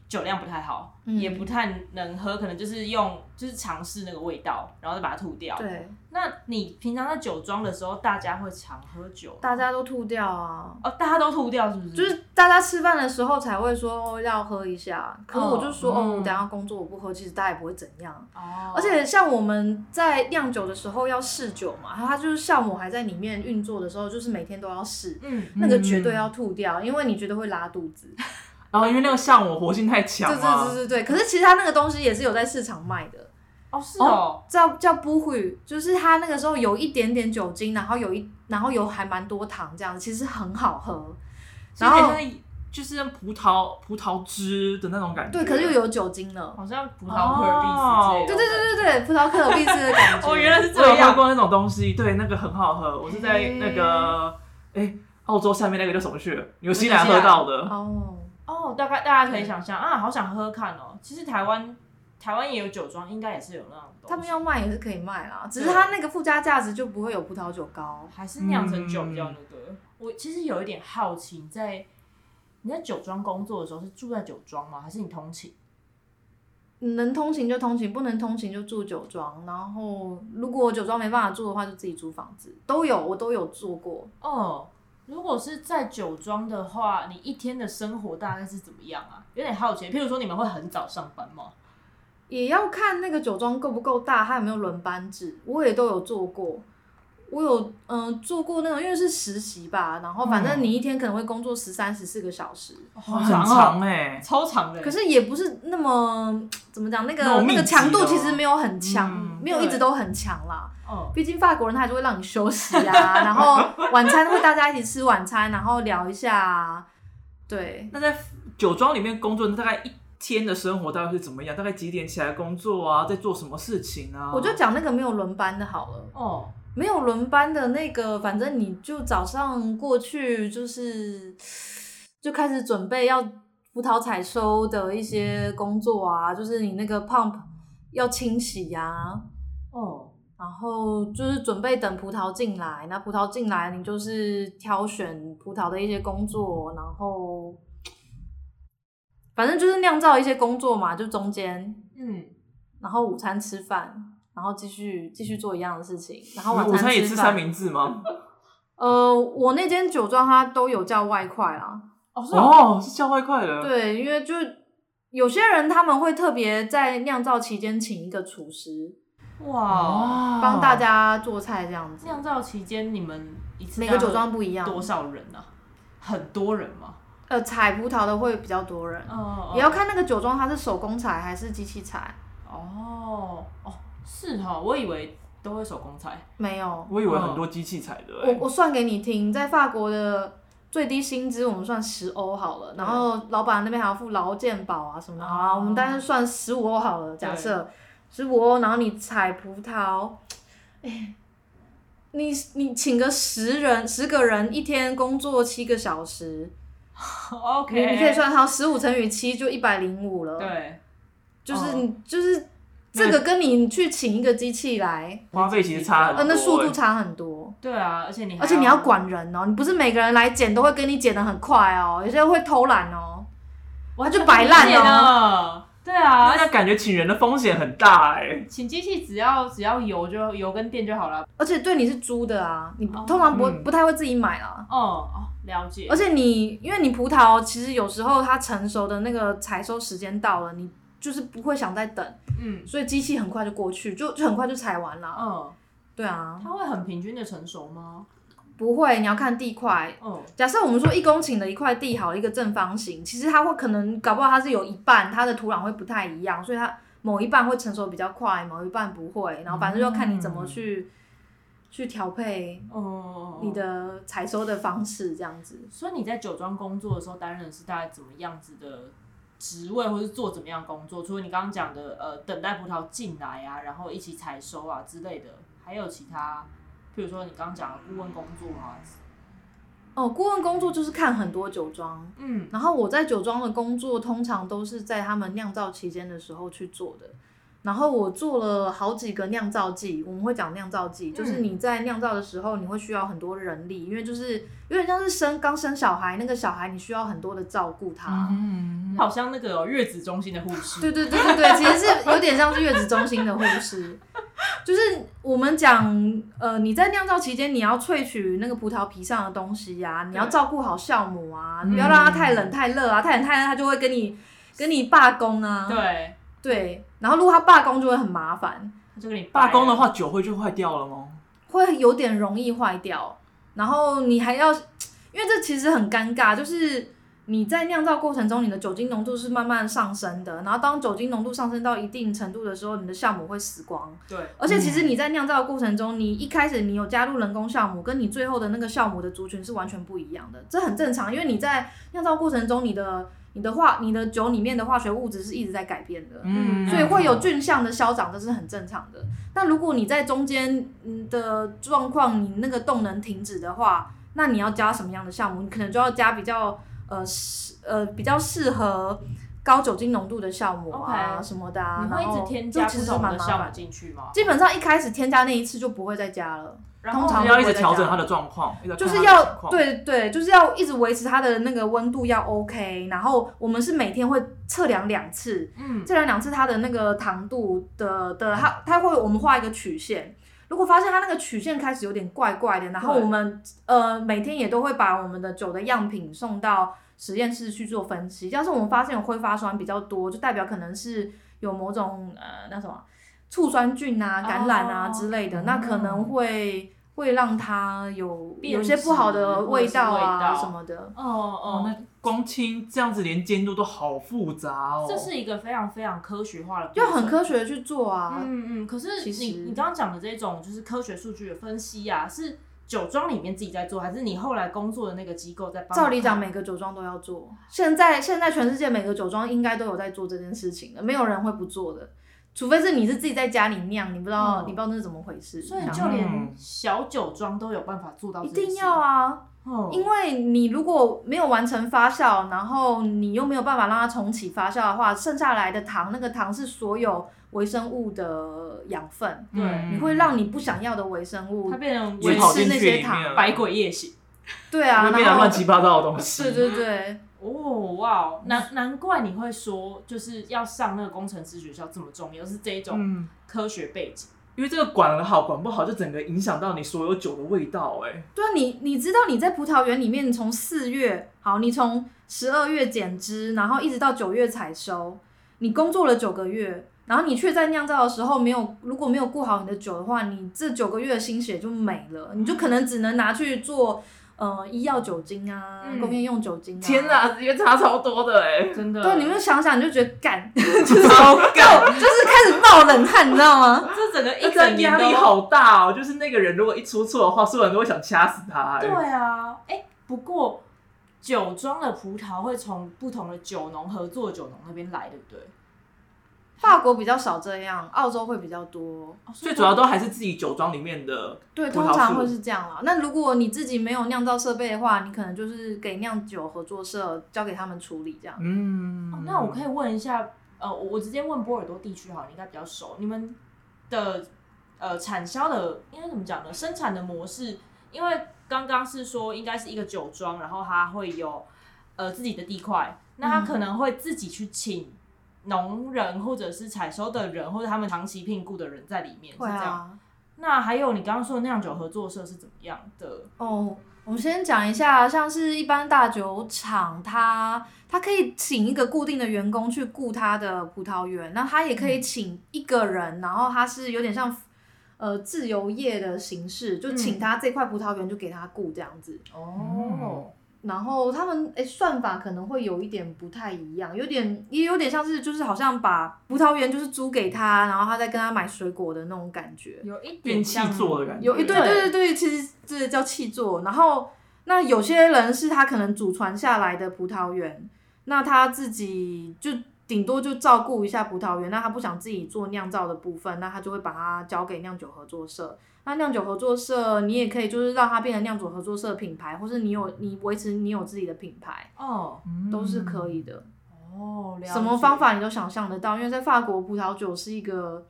[SPEAKER 1] 酒量不太好，
[SPEAKER 3] 嗯
[SPEAKER 1] 也不太能喝，可能就是用就是尝试那个味道，然后再把它吐掉。
[SPEAKER 3] 对，
[SPEAKER 1] 那你平常在酒庄的时候，大家会常喝酒吗？
[SPEAKER 3] 大家都吐掉啊，
[SPEAKER 1] 哦，大家都吐掉是不是？
[SPEAKER 3] 就是大家吃饭的时候才会说、哦、要喝一下，可是我就说
[SPEAKER 2] 哦
[SPEAKER 3] 哦
[SPEAKER 2] 嗯
[SPEAKER 3] 我等一下工作我不喝，其实大家也不会怎样。
[SPEAKER 1] 哦，
[SPEAKER 3] 而且像我们在酿酒的时候要试酒嘛，它就是酵母还在里面运作的时候，就是每天都要试，
[SPEAKER 1] 嗯，
[SPEAKER 3] 那个绝对要吐掉，因为你绝对会拉肚
[SPEAKER 1] *laughs*
[SPEAKER 3] 子。
[SPEAKER 2] 然后因为那个像我活性太
[SPEAKER 3] 对
[SPEAKER 2] 强
[SPEAKER 3] 对
[SPEAKER 1] 啊
[SPEAKER 2] 了，
[SPEAKER 3] 对对对，可是其实它那个东西也是有在市场卖的。
[SPEAKER 1] 哦是哦，
[SPEAKER 3] 叫叫不会，就是它那个时候有一点点酒精，然后有一然后有还蛮多糖这样子，其实很好喝。
[SPEAKER 2] 所
[SPEAKER 3] 然
[SPEAKER 2] 以有
[SPEAKER 3] 后
[SPEAKER 2] 点像就是葡萄葡萄汁的那种感觉，
[SPEAKER 3] 对，可是又有酒精了，
[SPEAKER 1] 好像葡萄可尔
[SPEAKER 2] 哦
[SPEAKER 1] 必斯之类的。
[SPEAKER 3] 对对对对对，葡萄可尔必斯的感
[SPEAKER 1] *laughs*
[SPEAKER 3] 觉。
[SPEAKER 1] 哦，原来是
[SPEAKER 2] 我有
[SPEAKER 1] 这
[SPEAKER 2] 喝
[SPEAKER 1] 样。
[SPEAKER 2] 过那种东西，对，那个很好喝。我是在那个哎、澳洲下面那个叫什么去了？纽西兰喝到的。
[SPEAKER 3] 哦，
[SPEAKER 1] 哦，大概大家可以想象啊，好想喝喝看哦。其实台湾台湾也有酒庄，应该也是有那种东西
[SPEAKER 3] 他们要卖也是可以卖啦，只是它那个附加价值就不会有葡萄酒高。
[SPEAKER 1] 还是酿成酒比较那个。我其实有一点好奇，你在你在酒庄工作的时候是住在酒庄吗？还是你通勤？
[SPEAKER 3] 能通勤就通勤，不能通勤就住酒庄。然后如果酒庄没办法住的话，就自己租房子，都有我都有做过。
[SPEAKER 1] 哦，如果是在酒庄的话，你一天的生活大概是怎么样啊？有点好奇，譬如说你们会很早上班吗？
[SPEAKER 3] 也要看那个酒庄够不够大，它有没有轮班制，我也都有做过。我有嗯、呃做过那种，因为是实习吧，然后反正你一天可能会工作十三、十四个小时，
[SPEAKER 1] 好
[SPEAKER 2] 哇很
[SPEAKER 1] 长
[SPEAKER 2] 长
[SPEAKER 1] 哦，
[SPEAKER 2] 哎、
[SPEAKER 1] 超长的。
[SPEAKER 3] 可是也不是那么怎么讲，那个
[SPEAKER 2] 那种密集
[SPEAKER 3] 那
[SPEAKER 2] 的
[SPEAKER 3] 个强度其实没有很强，
[SPEAKER 2] 嗯
[SPEAKER 3] 没有
[SPEAKER 1] 对
[SPEAKER 3] 一直都很强啦。
[SPEAKER 1] 哦，
[SPEAKER 3] 毕竟法国人他还是会让你休息啊，然后晚餐会大家一起吃晚餐，然后聊一下啊，对，
[SPEAKER 2] 那在酒庄里面工作，大概一天的生活大概是怎么样？大概几点起来工作啊？在做什么事情啊？
[SPEAKER 3] 我就讲那个没有轮班的好了。
[SPEAKER 1] 哦，
[SPEAKER 3] 没有轮班的那个，反正你就早上过去，就是就开始准备要葡萄采收的一些工作啊，就是你那个 pump 要清洗啊呀、
[SPEAKER 1] 哦，
[SPEAKER 3] 然后就是准备等葡萄进来。那葡萄进来，你就是挑选葡萄的一些工作，然后反正就是酿造一些工作嘛，就中间，
[SPEAKER 1] 嗯，
[SPEAKER 3] 然后午餐吃饭，然后继续继续做一样的事情，然后晚
[SPEAKER 2] 午餐也吃
[SPEAKER 3] 吃
[SPEAKER 2] 三
[SPEAKER 3] 饭。
[SPEAKER 2] 明治吗？
[SPEAKER 3] 呃，我那间酒庄它都有叫外快啦，
[SPEAKER 1] 哦，是哦，
[SPEAKER 2] 哦，是校外快乐。，
[SPEAKER 3] 对，因为就有些人他们会特别在酿造期间请一个厨师
[SPEAKER 1] 哇，
[SPEAKER 3] 帮大。
[SPEAKER 2] 哦
[SPEAKER 3] 家做菜这样子，
[SPEAKER 1] 酿造期间你们一次
[SPEAKER 3] 每个
[SPEAKER 1] 大概
[SPEAKER 3] 酒庄不一样，
[SPEAKER 1] 多少人啊？很多人吗？
[SPEAKER 3] 呃，采葡萄的会比较多人，
[SPEAKER 1] 哦
[SPEAKER 3] 也要看那个酒庄它是手工采还是机器采，
[SPEAKER 1] 哦哦，是哈、我以为都会手工采。
[SPEAKER 3] 没有，
[SPEAKER 2] 我以为很多机器采的、
[SPEAKER 3] 我
[SPEAKER 1] 嗯
[SPEAKER 2] 欸，
[SPEAKER 3] 我算给你听，在法国的。最低薪资我们算十欧好了，然后老板那边还要付劳健保啊什么的，好啦，
[SPEAKER 1] 嗯哦
[SPEAKER 3] 我们单算十五欧好了，假
[SPEAKER 1] 对
[SPEAKER 3] 设十五欧，然后你采葡萄，哎，你你请个十人十个人，一天工作七个小时，
[SPEAKER 1] *laughs* OK，
[SPEAKER 3] 你你可以算好十五乘以七就一百零五了，
[SPEAKER 1] 对，
[SPEAKER 3] 就是
[SPEAKER 1] 哦
[SPEAKER 3] 你就是这个跟你去请一个机器来，
[SPEAKER 2] 花费其实差很多、
[SPEAKER 3] 呃，
[SPEAKER 2] 欸。
[SPEAKER 3] 那速度差很多。
[SPEAKER 1] 对啊，而且你还
[SPEAKER 3] 而且你要管人哦，你不是每个人来剪都会跟你剪的很快哦，有些人会偷懒哦，
[SPEAKER 1] 完
[SPEAKER 3] 就
[SPEAKER 1] 全
[SPEAKER 3] 摆烂
[SPEAKER 1] 哦不理解呢。对啊，
[SPEAKER 2] 欸那感觉请人的风险很大哎、
[SPEAKER 1] 请机器只要只要油就油跟电就好了。
[SPEAKER 3] 而且对你是租的啊，你
[SPEAKER 1] 哦
[SPEAKER 3] 通常不、
[SPEAKER 2] 嗯
[SPEAKER 3] 不太会自己买啦。
[SPEAKER 1] 哦哦，了解。
[SPEAKER 3] 而且你因为你葡萄哦其实有时候它成熟的那个采收时间到了，你就是不会想再等，
[SPEAKER 1] 嗯
[SPEAKER 3] 所以机器很快就过去，就就很快就采完了。
[SPEAKER 1] 嗯，
[SPEAKER 3] 对啊，
[SPEAKER 1] 它会很平均的成熟吗？
[SPEAKER 3] 不会，你要看地块。
[SPEAKER 1] 嗯
[SPEAKER 3] 假设我们说一公顷的一块地好一个正方形，其实它会可能搞不好它是有一半它的土壤会不太一样，所以它某一半会成熟比较快，某一半不会，然后反正就看你怎么去、去调配
[SPEAKER 1] 哦，
[SPEAKER 3] 你。的采收的方式这样子。
[SPEAKER 1] 所以你在酒庄工作的时候担任的是大概怎么样子的职位，或是做怎么样的工作？除了你刚刚讲的呃等待葡萄进来啊，然后一起采收啊之类的，还有其他，譬如说你刚刚讲的顾问工作啊，
[SPEAKER 3] 哦，顾问工作就是看很多酒庄，
[SPEAKER 1] 嗯
[SPEAKER 3] 然后我在酒庄的工作通常都是在他们酿造期间的时候去做的。然后我做了好几个酿造季，我们会讲酿造季，就是你在酿造的时候，你会需要很多人力，因为就是有点像是生刚生小孩，那个小孩你需要很多的照顾他。
[SPEAKER 2] 嗯，
[SPEAKER 1] 好像那个有月子中心的护士，
[SPEAKER 3] 对对对对对，其实是有点像是月子中心的护士，就是我们讲，呃，你在酿造期间，你要萃取那个葡萄皮上的东西呀、你要照顾好酵母啊，你不要让它太冷太热啊，太冷太热它就会跟你跟你罢工啊，
[SPEAKER 1] 对，
[SPEAKER 3] 对，然后如果它罢工就会很麻烦，
[SPEAKER 1] 他就给你
[SPEAKER 2] 罢工的
[SPEAKER 1] 了，
[SPEAKER 2] 话，酒会就坏掉了吗？
[SPEAKER 3] 会有点容易坏掉，然后你还要，因为这其实很尴尬，就是。你在酿造过程中，你的酒精浓度是慢慢上升的，然后当酒精浓度上升到一定程度的时候，你的酵母会死光，
[SPEAKER 1] 啊对，
[SPEAKER 3] 而且其实你在酿造的过程中，你一开始你有加入人工酵母，跟你最后的那个酵母的族群是完全不一样的，这很正常，因为你在酿造过程中，你的你的化你的酒里面的化学物质是一直在改变的，
[SPEAKER 1] 嗯
[SPEAKER 3] 所以会有菌相的消长，这是很正常的。但如果你在中间嗯的状况，你那个动能停止的话，那你要加什么样的酵母？你可能就要加比较呃适呃比较适合高酒精浓度的酵母啊
[SPEAKER 1] OK
[SPEAKER 3] 什么的啊，
[SPEAKER 1] 你会
[SPEAKER 3] 然
[SPEAKER 1] 一
[SPEAKER 3] 后
[SPEAKER 1] 直添
[SPEAKER 3] 这
[SPEAKER 1] 加
[SPEAKER 3] 其
[SPEAKER 1] 不
[SPEAKER 3] 实
[SPEAKER 1] 同
[SPEAKER 3] 蛮
[SPEAKER 1] 的
[SPEAKER 3] 麻
[SPEAKER 1] 项
[SPEAKER 3] 烦
[SPEAKER 1] 目。进去吗？
[SPEAKER 3] 基本上一开始添加那一次就不会再加了，
[SPEAKER 1] 然后
[SPEAKER 3] 通常
[SPEAKER 1] 呢
[SPEAKER 2] 要一直调整它的状况，一直
[SPEAKER 3] 嗯就
[SPEAKER 2] 看
[SPEAKER 3] 是
[SPEAKER 2] 它的
[SPEAKER 3] 要
[SPEAKER 2] 情况，
[SPEAKER 3] 对对，就是要一直维持它的那个温度要 OK，然后我们是每天会测量两次，
[SPEAKER 1] 嗯
[SPEAKER 3] 测量两次它的那个糖度的的，它它会我们画一个曲线。如果发现它那个曲线开始有点怪怪的，然后
[SPEAKER 1] 对
[SPEAKER 3] 我们呃每天也都会把我们的酒的样品送到实验室去做分析。要是我们发现有挥发酸比较多，就代表可能是有某种呃那什么醋酸菌啊、感染啊
[SPEAKER 1] 哦
[SPEAKER 3] 之类的，那可能会会让它有
[SPEAKER 1] 变
[SPEAKER 3] 有些不好
[SPEAKER 1] 质
[SPEAKER 3] 的
[SPEAKER 1] 或者
[SPEAKER 3] 味
[SPEAKER 1] 是
[SPEAKER 3] 道啊
[SPEAKER 1] 味道
[SPEAKER 3] 什么的。
[SPEAKER 1] 哦哦
[SPEAKER 2] 哦，，那光听这样子连监督都好复杂哦。
[SPEAKER 1] 这是一个非常非常科学化的，
[SPEAKER 3] 就很。科学的去做啊，
[SPEAKER 1] 嗯嗯，可是
[SPEAKER 3] 其
[SPEAKER 1] 你
[SPEAKER 3] 实
[SPEAKER 1] 你刚刚讲的这种就是科学数据的分析啊，是酒庄里面自己在做，还是你后来工作的那个机构在帮？
[SPEAKER 3] 照理讲，，每个酒庄都要做。现在现在全世界每个酒庄应该都有在做这件事情的，没有人会不做的，除非是你是自己在家里酿，你不知道、
[SPEAKER 1] 嗯
[SPEAKER 3] 你不知道那是怎么回事。
[SPEAKER 1] 所以
[SPEAKER 3] 然后
[SPEAKER 1] 就连
[SPEAKER 2] 嗯
[SPEAKER 1] 小酒庄都有办法做到
[SPEAKER 3] 一
[SPEAKER 1] 这件事，
[SPEAKER 3] 定要啊，
[SPEAKER 1] 哦，
[SPEAKER 3] 因为你如果没有完成发酵，然后你又没有办法让它重启发酵的话，剩下来的糖，那个糖是所有微生物的养分，
[SPEAKER 1] 对
[SPEAKER 2] 嗯
[SPEAKER 3] 你会让你不想要的微生物
[SPEAKER 1] 它变成
[SPEAKER 2] 也
[SPEAKER 1] 维
[SPEAKER 2] 跑
[SPEAKER 1] 持
[SPEAKER 2] 进
[SPEAKER 3] 那
[SPEAKER 2] 去
[SPEAKER 3] 些
[SPEAKER 2] 里
[SPEAKER 3] 糖
[SPEAKER 2] 面了，
[SPEAKER 1] 百鬼夜行。
[SPEAKER 3] 对啊，
[SPEAKER 2] 会变
[SPEAKER 3] 然
[SPEAKER 2] 成
[SPEAKER 3] 后
[SPEAKER 2] 乱七八糟的东西。
[SPEAKER 3] 嗯对对对，
[SPEAKER 1] 哦，哇哦，难难怪你会说就是要上那个工程师学校这么重要，是这一种
[SPEAKER 2] 嗯，
[SPEAKER 1] 科学背景。
[SPEAKER 2] 因为这个管得好，管不好就整个影响到你所有酒的味道、哎，
[SPEAKER 1] 嗯
[SPEAKER 3] 对啊，你你知道你在葡萄园里面，你从四月好，你从十二月剪枝，然后一直到九月采收，你工作了九个月，然后你却在酿造的时候没有，如果没有顾好你的酒的话，你这九个月的心血就没了，你就可能只能拿去做呃医药酒精啊、
[SPEAKER 1] 嗯
[SPEAKER 3] 工业用酒精啊。
[SPEAKER 2] 天！哪，直接差超多的、哎，
[SPEAKER 1] 真的，
[SPEAKER 3] *laughs* 对，你们想想你就觉得干， *laughs* 就
[SPEAKER 2] 超干，
[SPEAKER 3] 是开始冒冷汗，你知道吗？
[SPEAKER 1] 这整个
[SPEAKER 2] 一
[SPEAKER 1] 一
[SPEAKER 2] 个
[SPEAKER 1] 整年
[SPEAKER 2] 压
[SPEAKER 1] 都
[SPEAKER 2] 力好大哦。就是那个人如果一出错的话，所有人都会想掐死他、哎，
[SPEAKER 1] 对啊，哎、不过酒庄的葡萄会从不同的酒农合作的酒农那边来，对不对？
[SPEAKER 3] 法国比较少这样，澳洲会比较多。
[SPEAKER 1] 哦所以
[SPEAKER 2] 最主要都还是自己酒庄里面的，
[SPEAKER 3] 对，
[SPEAKER 2] 葡
[SPEAKER 3] 通
[SPEAKER 2] 萄
[SPEAKER 3] 常
[SPEAKER 2] 树
[SPEAKER 3] 会是这样啦。那如果你自己没有酿造设备的话，你可能就是给酿酒合作社交给他们处理这样。
[SPEAKER 2] 嗯、
[SPEAKER 1] 哦那我可以问一下，呃，我我直接问波尔多地区好了，你应该比较熟，你们的呃产销的应该怎么讲呢？生产的模式，因为刚刚是说应该是一个酒
[SPEAKER 2] 嗯
[SPEAKER 1] 庄，然后它会有呃自己的地块，那它可能会自己去请农人或者是采收的人或者他们长期聘雇的人在里面，
[SPEAKER 3] 会
[SPEAKER 1] 是这样。
[SPEAKER 3] 啊。
[SPEAKER 1] 那还有你刚刚说的酿酒合作社是怎么样的？
[SPEAKER 3] 哦，我们先讲一下，像是一般大酒厂，它它可以请一个固定的员工去雇它的葡萄园，那它也可以
[SPEAKER 2] 嗯
[SPEAKER 3] 请一个人，然后它是有点像呃自由业的形式，就
[SPEAKER 2] 嗯
[SPEAKER 3] 请他这块葡萄园就给他雇这样子。
[SPEAKER 2] 哦，
[SPEAKER 3] 然后他们诶算法可能会有一点不太一样，有点也有点像是就是好像把葡萄园就是租给他，然后他再跟他买水果的那种感觉。
[SPEAKER 1] 有一
[SPEAKER 2] 变
[SPEAKER 1] 点
[SPEAKER 2] 气
[SPEAKER 1] 像
[SPEAKER 2] 做的感觉，
[SPEAKER 3] 有一对对对对，其实这叫气作。然后那有些人是他可能祖传下来的葡萄园，那他自己就顶多就照顾一下葡萄园，那他不想自己做酿造的部分，那他就会把它交给酿酒合作社。那酿酒合作社，你也可以就是让它变成酿酒合作社品牌，或是你有你维持你有自己的品牌，
[SPEAKER 1] 哦
[SPEAKER 3] 都是可以的。
[SPEAKER 1] 哦，了解
[SPEAKER 3] 什么方？法你都想象得到，因为在法国葡萄酒是一个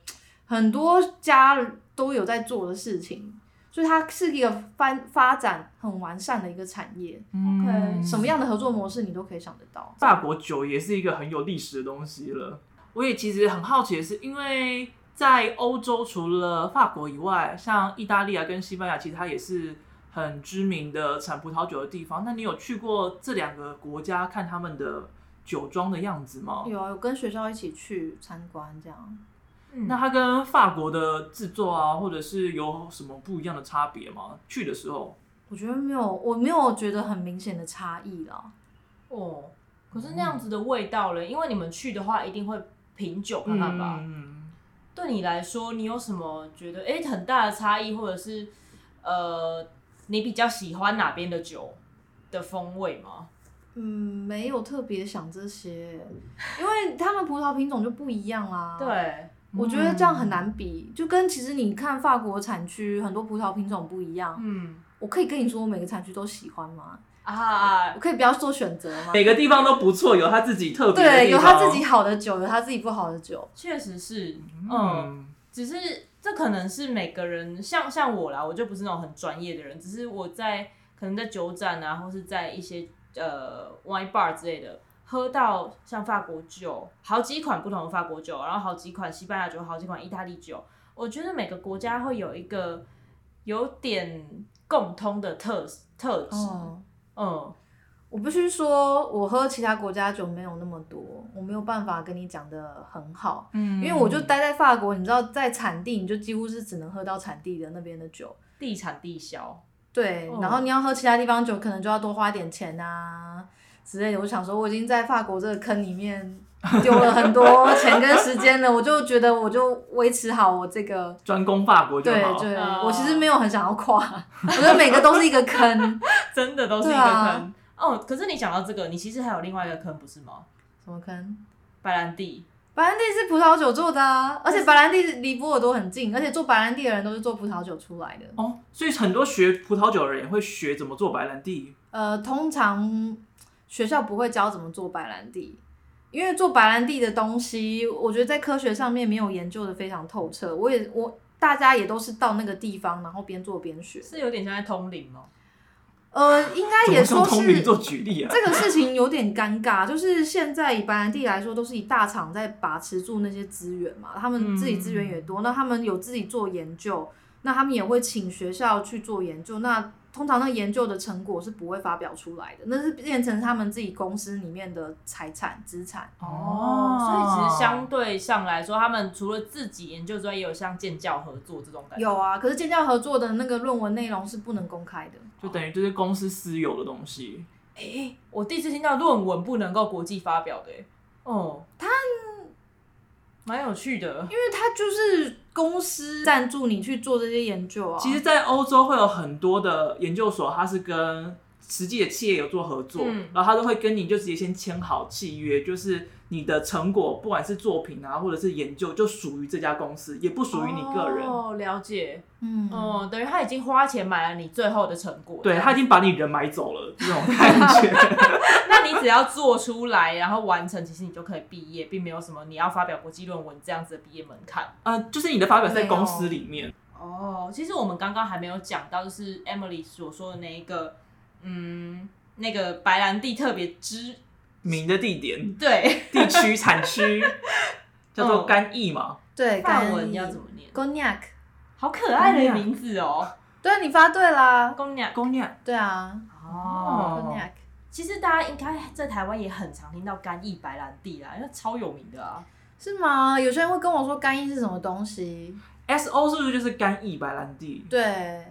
[SPEAKER 3] 很多家都有在做的事情，所以它是一个发发展很完善的一个产业，
[SPEAKER 2] 嗯
[SPEAKER 1] OK，
[SPEAKER 3] 什么样的合作模式你都可以想得到。
[SPEAKER 2] 法国酒也是一个很有历史的东西了。我也其实很好奇的是，因为在欧洲除了法国以外，像意大利啊跟西班牙，其实它也是很知名的产葡萄酒的地方。那你有去过这两个国家看他们的酒庄的样子吗？
[SPEAKER 3] 有啊，有跟学校一起去参观这样。
[SPEAKER 1] 嗯
[SPEAKER 2] 那它跟法国的制作啊，或者是有什么不一样的差别吗？去的时候，
[SPEAKER 3] 我觉得没有，我没有觉得很明显的差异啦。
[SPEAKER 1] 哦，可是那样子的味道嘞，因为你们去的话一定会品酒看看吧。
[SPEAKER 2] 嗯，
[SPEAKER 1] 对你来说，你有什么觉得诶很大的差异，或者是呃你比较喜欢哪边的酒的风味吗？
[SPEAKER 3] 嗯，没有特别想这些，因为他们葡萄品种就不一样啊啦。
[SPEAKER 1] 对，
[SPEAKER 3] 我觉得这样很难比，就跟其实你看法国产区很多葡萄品种不一样，
[SPEAKER 1] 嗯
[SPEAKER 3] 我可以跟你说我每个产区都喜欢吗？
[SPEAKER 1] 啊
[SPEAKER 3] 我，可以不要做选择吗？
[SPEAKER 2] 每个地方都不错，有它自己特别的
[SPEAKER 3] 对，
[SPEAKER 2] 地
[SPEAKER 3] 有
[SPEAKER 2] 方，
[SPEAKER 3] 他自己好的酒，有他自己不好的酒。
[SPEAKER 1] 确实是，嗯
[SPEAKER 2] 嗯。
[SPEAKER 1] 只是这可能是每个人，像像我啦，我就不是那种很专业的人，只是我在可能在酒展啊，或是在一些呃 wine bar 之类的，喝到像法国酒，好几款不同的法国酒，然后好几款西班牙酒，好几款意大利酒，我觉得每个国家会有一个有点共通的特特质，
[SPEAKER 3] 哦，
[SPEAKER 1] 嗯，
[SPEAKER 3] 我必须说，我喝其他国家酒没有那么多，我没有办法跟你讲的很好，
[SPEAKER 2] 嗯
[SPEAKER 3] 因为我就待在法国，你知道，在产地你就几乎是只能喝到产地的那边的酒。
[SPEAKER 1] 地产地销，
[SPEAKER 3] 对，
[SPEAKER 1] 哦
[SPEAKER 3] 然后你要喝其他地方酒，可能就要多花点钱啊之类的。我想说，我已经在法国这个坑里面丢了很多钱跟时间了，我就觉得我就维持好我这个。
[SPEAKER 2] 专攻法国就
[SPEAKER 3] 对
[SPEAKER 2] 好。
[SPEAKER 3] 对，
[SPEAKER 1] 哦
[SPEAKER 3] 我其实没有很想要跨， *laughs* 我觉得每个都是一
[SPEAKER 2] *laughs*
[SPEAKER 3] 个坑。
[SPEAKER 1] *laughs* 真的都是一
[SPEAKER 3] 对
[SPEAKER 1] 个
[SPEAKER 3] 啊
[SPEAKER 1] 坑。哦，可是你讲到这个，你其实还有另外一个坑，不是吗？
[SPEAKER 3] 什么坑？
[SPEAKER 1] 白兰地，
[SPEAKER 3] 白兰地是葡萄酒做的啊，而且白兰地离波尔多很近，而且做白兰地的人都是做葡萄酒出来的。
[SPEAKER 2] 哦，所以很多学葡萄酒的人也会学怎么做白兰地。
[SPEAKER 3] 呃，通常学校不会教怎么做白兰地，因为做白兰地的东西，我觉得在科学上面没有研究的非常透彻。我也我大家也都是到那个地方，然后边做边学。
[SPEAKER 1] 是有点像在通灵哦。
[SPEAKER 3] 呃，应该也
[SPEAKER 2] 怎么
[SPEAKER 3] 说
[SPEAKER 2] 用通灵
[SPEAKER 3] 是
[SPEAKER 2] 做举例啊？
[SPEAKER 3] 这个事情有点尴尬，就是现在以白兰地来说，都是以大厂在把持住那些资源嘛，他们自己资源也
[SPEAKER 1] 嗯
[SPEAKER 3] 多，那他们有自己做研究，那他们也会请学校去做研究，那通常那研究的成果是不会发表出来的，那是变成他们自己公司里面的财产资产。
[SPEAKER 1] 哦，所以其实相对上来说，他们除了自己研究之外，也有像建教合作这种感觉。
[SPEAKER 3] 有啊，可是建教合作的那个论文内容是不能公开的。
[SPEAKER 2] 就等于就是公司私有的东西。
[SPEAKER 1] 我第一次听到论文不能够国际发表的、欸，哦，他蛮有趣的，
[SPEAKER 3] 因为它就是公司赞助你去做这些研究啊。
[SPEAKER 2] 其实，在欧洲会有很多的研究所，它是跟实际的企业有做合作，
[SPEAKER 1] 嗯
[SPEAKER 2] 然后它都会跟你就直接先签好契约，就是你的成果，不管是作品啊，或者是研究，就属于这家公司，也不属于你个人。
[SPEAKER 1] 哦，了解，
[SPEAKER 3] 嗯，
[SPEAKER 1] 哦、等于他已经花钱买了你最后的成果，
[SPEAKER 2] 对他已经把你人买走了，这种感
[SPEAKER 3] *laughs*
[SPEAKER 2] 觉。
[SPEAKER 1] 那你只要做出来，然后完成，其实你就可以毕业，并没有什么你要发表国际论文这样子的毕业门槛。
[SPEAKER 2] 呃，就是你的发表是在公司里面，
[SPEAKER 1] 哦，其实我们刚刚还没有讲到，就是 Emily 所说的那一个，嗯，那个白兰地特别知
[SPEAKER 2] 名的地点、
[SPEAKER 1] 对，
[SPEAKER 2] 地区、产
[SPEAKER 3] *laughs*
[SPEAKER 2] 区，叫做
[SPEAKER 3] 哦
[SPEAKER 1] 嗯
[SPEAKER 2] 干邑嘛。
[SPEAKER 3] 对，
[SPEAKER 1] 法
[SPEAKER 3] 干
[SPEAKER 1] 文
[SPEAKER 3] 邑
[SPEAKER 1] 要怎么念？
[SPEAKER 3] ？Cognac，
[SPEAKER 1] 好可爱的名字哦，
[SPEAKER 3] 对啊你发对啦，
[SPEAKER 1] 公鸟。
[SPEAKER 2] 公酿
[SPEAKER 3] 对啊
[SPEAKER 1] 哦，
[SPEAKER 2] 哦
[SPEAKER 3] ，Cognac，
[SPEAKER 1] 其实大家应该在台湾也很常听到干邑白兰地啦，因为超有名的啊。
[SPEAKER 3] 是吗？有些人会跟我说干邑是什么东西，
[SPEAKER 2] S O 是不是就是干邑白兰地？
[SPEAKER 3] 对，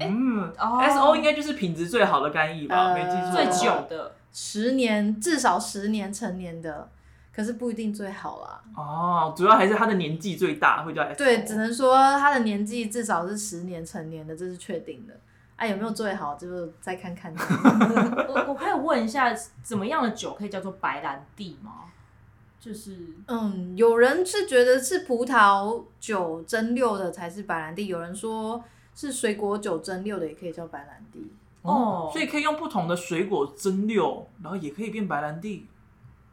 [SPEAKER 2] 嗯
[SPEAKER 1] 哦
[SPEAKER 2] ，S O 应该就是品质最好的干邑吧？
[SPEAKER 3] 呃
[SPEAKER 2] 没记错，
[SPEAKER 1] 最久的
[SPEAKER 3] 十年至少十年成年的，可是不一定最好啦。
[SPEAKER 2] 哦，主要还是它的年纪最大，会叫 S O。
[SPEAKER 3] 对，只能说他的年纪至少是十年成年的，这是确定的。哎、有没有最好，就再看看。 *laughs*
[SPEAKER 1] 我我可以问一下，怎么样的酒可以叫做白兰地吗？就是
[SPEAKER 3] 嗯，有人是觉得是葡萄酒蒸馏的才是白兰地，有人说是水果酒蒸馏的也可以叫白兰地。
[SPEAKER 1] 哦
[SPEAKER 2] 所以可以用不同的水果蒸馏，然后也可以变白兰地。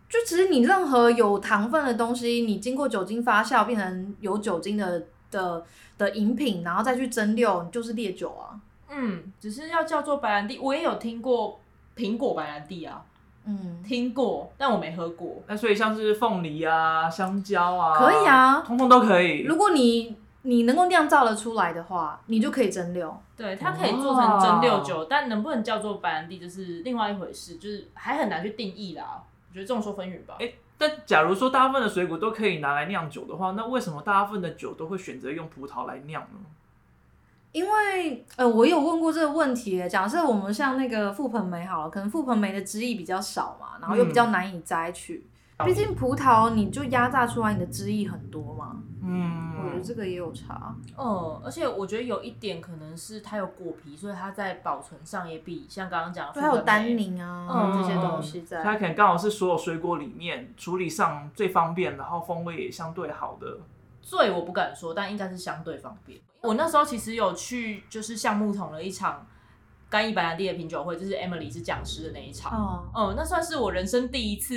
[SPEAKER 3] 就其实你任何有糖分的东西，你经过酒精发酵变成有酒精的的的饮品，然后再去蒸馏，你就是烈酒啊。
[SPEAKER 1] 嗯，只是要叫做白兰地，我也有听过苹果白兰地啊，
[SPEAKER 3] 嗯，
[SPEAKER 1] 听过，但我没喝过。
[SPEAKER 2] 那所以像是凤梨啊、香蕉啊，
[SPEAKER 3] 可以啊
[SPEAKER 2] 通通都可以。
[SPEAKER 3] 如果你你能够酿造的出来的话，你就可以蒸馏。
[SPEAKER 1] 对，它可以做成蒸馏酒，但能不能叫做白兰地就是另外一回事，就是还很难去定义啦。我觉得众说纷纭吧。
[SPEAKER 2] 诶但假如说大部分的水果都可以拿来酿酒的话，那为什么大部分的酒都会选择用葡萄来酿呢？
[SPEAKER 3] 因为呃，我有问过这个问题耶。假设我们像那个覆盆梅好了，可能覆盆梅的汁液比较少嘛，然后又比
[SPEAKER 1] 嗯
[SPEAKER 3] 较难以摘取。毕竟葡萄你就压榨出来，你的汁液很多嘛。我觉得
[SPEAKER 2] 嗯，
[SPEAKER 3] 这个也有差。
[SPEAKER 1] 嗯，而且我觉得有一点可能是它有果皮，所以它在保存上也比像刚刚讲的
[SPEAKER 3] 对，还有
[SPEAKER 1] 覆盆梅
[SPEAKER 3] 单宁啊、
[SPEAKER 1] 嗯
[SPEAKER 3] 这些东西在。
[SPEAKER 2] 它可能刚好是所有水果里面处理上最方便，然后风味也相对好的。
[SPEAKER 1] 醉我不敢说，但应该是相对方便。我那时候其实有去，就是橡木桶的一场干邑白兰地的品酒会，就是 Emily 是讲师的那一场。
[SPEAKER 3] 哦，
[SPEAKER 1] 嗯，那算是我人生第一次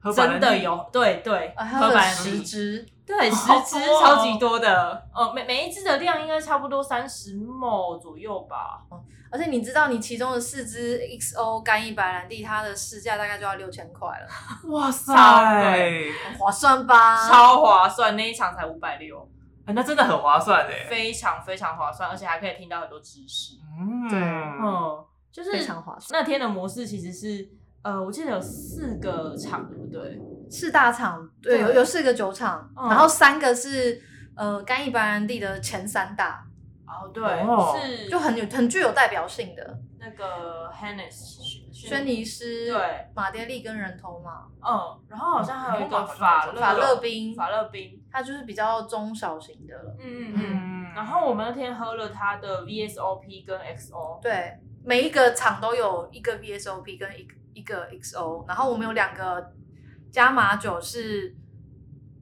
[SPEAKER 2] 喝白
[SPEAKER 1] 真
[SPEAKER 2] 兰地
[SPEAKER 1] 的有，对对，
[SPEAKER 3] 啊，还
[SPEAKER 1] 喝
[SPEAKER 3] 有
[SPEAKER 1] 白兰
[SPEAKER 3] 十
[SPEAKER 1] 地，
[SPEAKER 3] 支，啊
[SPEAKER 1] 对，十
[SPEAKER 2] 好
[SPEAKER 1] 支
[SPEAKER 2] 多哦
[SPEAKER 1] 超级多的，呃，每每一支的量应该差不多三十 ml 左右吧。
[SPEAKER 3] 而且你知道，你其中的四支 XO 干邑白兰地，它的市价大概就要六千块了，
[SPEAKER 2] 哇塞，
[SPEAKER 1] 超
[SPEAKER 2] 哎
[SPEAKER 1] 对、
[SPEAKER 3] 很划算吧？
[SPEAKER 1] 超划算，那一场才五百六，
[SPEAKER 2] 那真的很划算哎、
[SPEAKER 1] 非常非常划算，而且还可以听到很多知识。
[SPEAKER 2] 嗯，
[SPEAKER 3] 对
[SPEAKER 1] 嗯，就是
[SPEAKER 3] 非常划算。
[SPEAKER 1] 那天的模式其实是，呃，我记得有四个场，对不对？
[SPEAKER 3] 四大厂，对，
[SPEAKER 1] 对
[SPEAKER 3] 有有四个酒厂，
[SPEAKER 1] 嗯
[SPEAKER 3] 然后三个是呃干邑白兰地的前三大，
[SPEAKER 1] 哦，对，
[SPEAKER 2] 哦
[SPEAKER 1] 是
[SPEAKER 3] 就很有很具有代表性的，
[SPEAKER 1] 那个 Hennes
[SPEAKER 3] 轩，尼诗、
[SPEAKER 1] 对，
[SPEAKER 3] 马爹利跟人头马、
[SPEAKER 1] 嗯，然后好像还有一
[SPEAKER 2] 嗯
[SPEAKER 1] 个法勒
[SPEAKER 2] 对
[SPEAKER 3] 法乐宾，
[SPEAKER 1] 啊法乐宾，
[SPEAKER 3] 它就是比较中小型的了。
[SPEAKER 1] 嗯嗯嗯。
[SPEAKER 2] 嗯，
[SPEAKER 1] 然后我们那天喝了他的 VSOP 跟 XO，
[SPEAKER 3] 对，每一个厂都有一个 VSOP 跟一个一个 XO，然后我们有两个加码酒是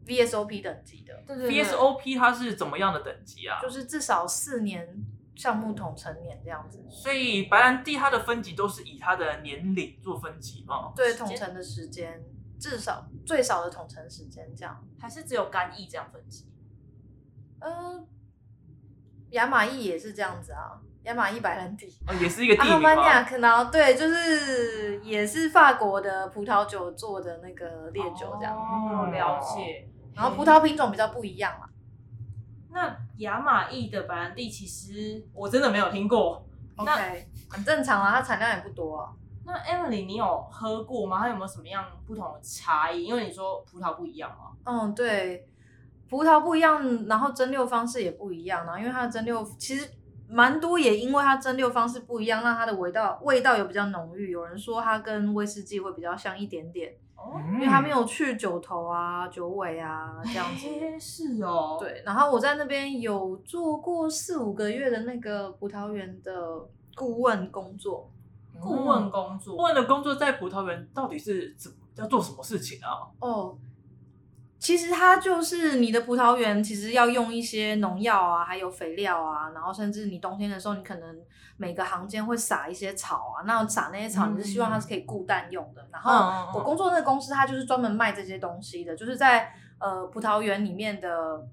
[SPEAKER 3] VSOP 等级的，
[SPEAKER 1] 对对
[SPEAKER 2] VSOP 它是怎么样的等级啊？
[SPEAKER 3] 就是至少四年橡木桶成年这样子。
[SPEAKER 2] 所以白兰地它的分级都是以它的年龄做分级嘛？
[SPEAKER 3] 对
[SPEAKER 1] 时
[SPEAKER 3] 统
[SPEAKER 1] 间
[SPEAKER 3] 称的时间，至少最少的统称时间这样。
[SPEAKER 1] 还是只有干邑这样分级。
[SPEAKER 3] 呃，亚马逊也是这样子啊，亚马逊白兰地。
[SPEAKER 2] 哦，也是一个地
[SPEAKER 3] 阿
[SPEAKER 2] 名
[SPEAKER 3] 曼尼
[SPEAKER 2] 嘛。
[SPEAKER 3] 啊亚克，然后对，就是也是法国的葡萄酒做的那个烈酒这样，
[SPEAKER 1] 哦，了解。
[SPEAKER 3] 然后葡萄品种比较不一样嘛。啊
[SPEAKER 1] 那雅马邑的白兰地，其实我真的没有听过。那
[SPEAKER 3] OK，很正常啊，它产量也不多啊。
[SPEAKER 1] 那 Emily，你有喝过吗？它有没有什么样不同的差异？因为你说葡萄不一样嘛。
[SPEAKER 3] 嗯，对，葡萄不一样，然后蒸馏方式也不一样，然后因为它的蒸馏其实蛮多，也因为它蒸馏方式不一样，让它的味道味道有比较浓郁。有人说它跟威士忌会比较像一点点，
[SPEAKER 1] 哦
[SPEAKER 2] 嗯
[SPEAKER 3] 因为它没有去酒头啊、酒尾啊这样子。
[SPEAKER 1] 嘿是哦，，
[SPEAKER 3] 对，然后我在那边有做过四五个月的那个葡萄园的顾问工作，
[SPEAKER 1] 顾问工
[SPEAKER 2] 顾
[SPEAKER 1] 作，
[SPEAKER 2] 问的工作在葡萄园到底是怎么要做什么事情啊？
[SPEAKER 3] 哦，其实它就是你的葡萄园，其实要用一些农药啊，还有肥料啊，然后甚至你冬天的时候，你可能每个行间会撒一些草啊，那撒那些草，你是希望它是可以固氮用的。然
[SPEAKER 2] 嗯嗯嗯
[SPEAKER 3] 后我工作那个公司，它就是专门卖这些东西的，就是在呃葡萄园里面的。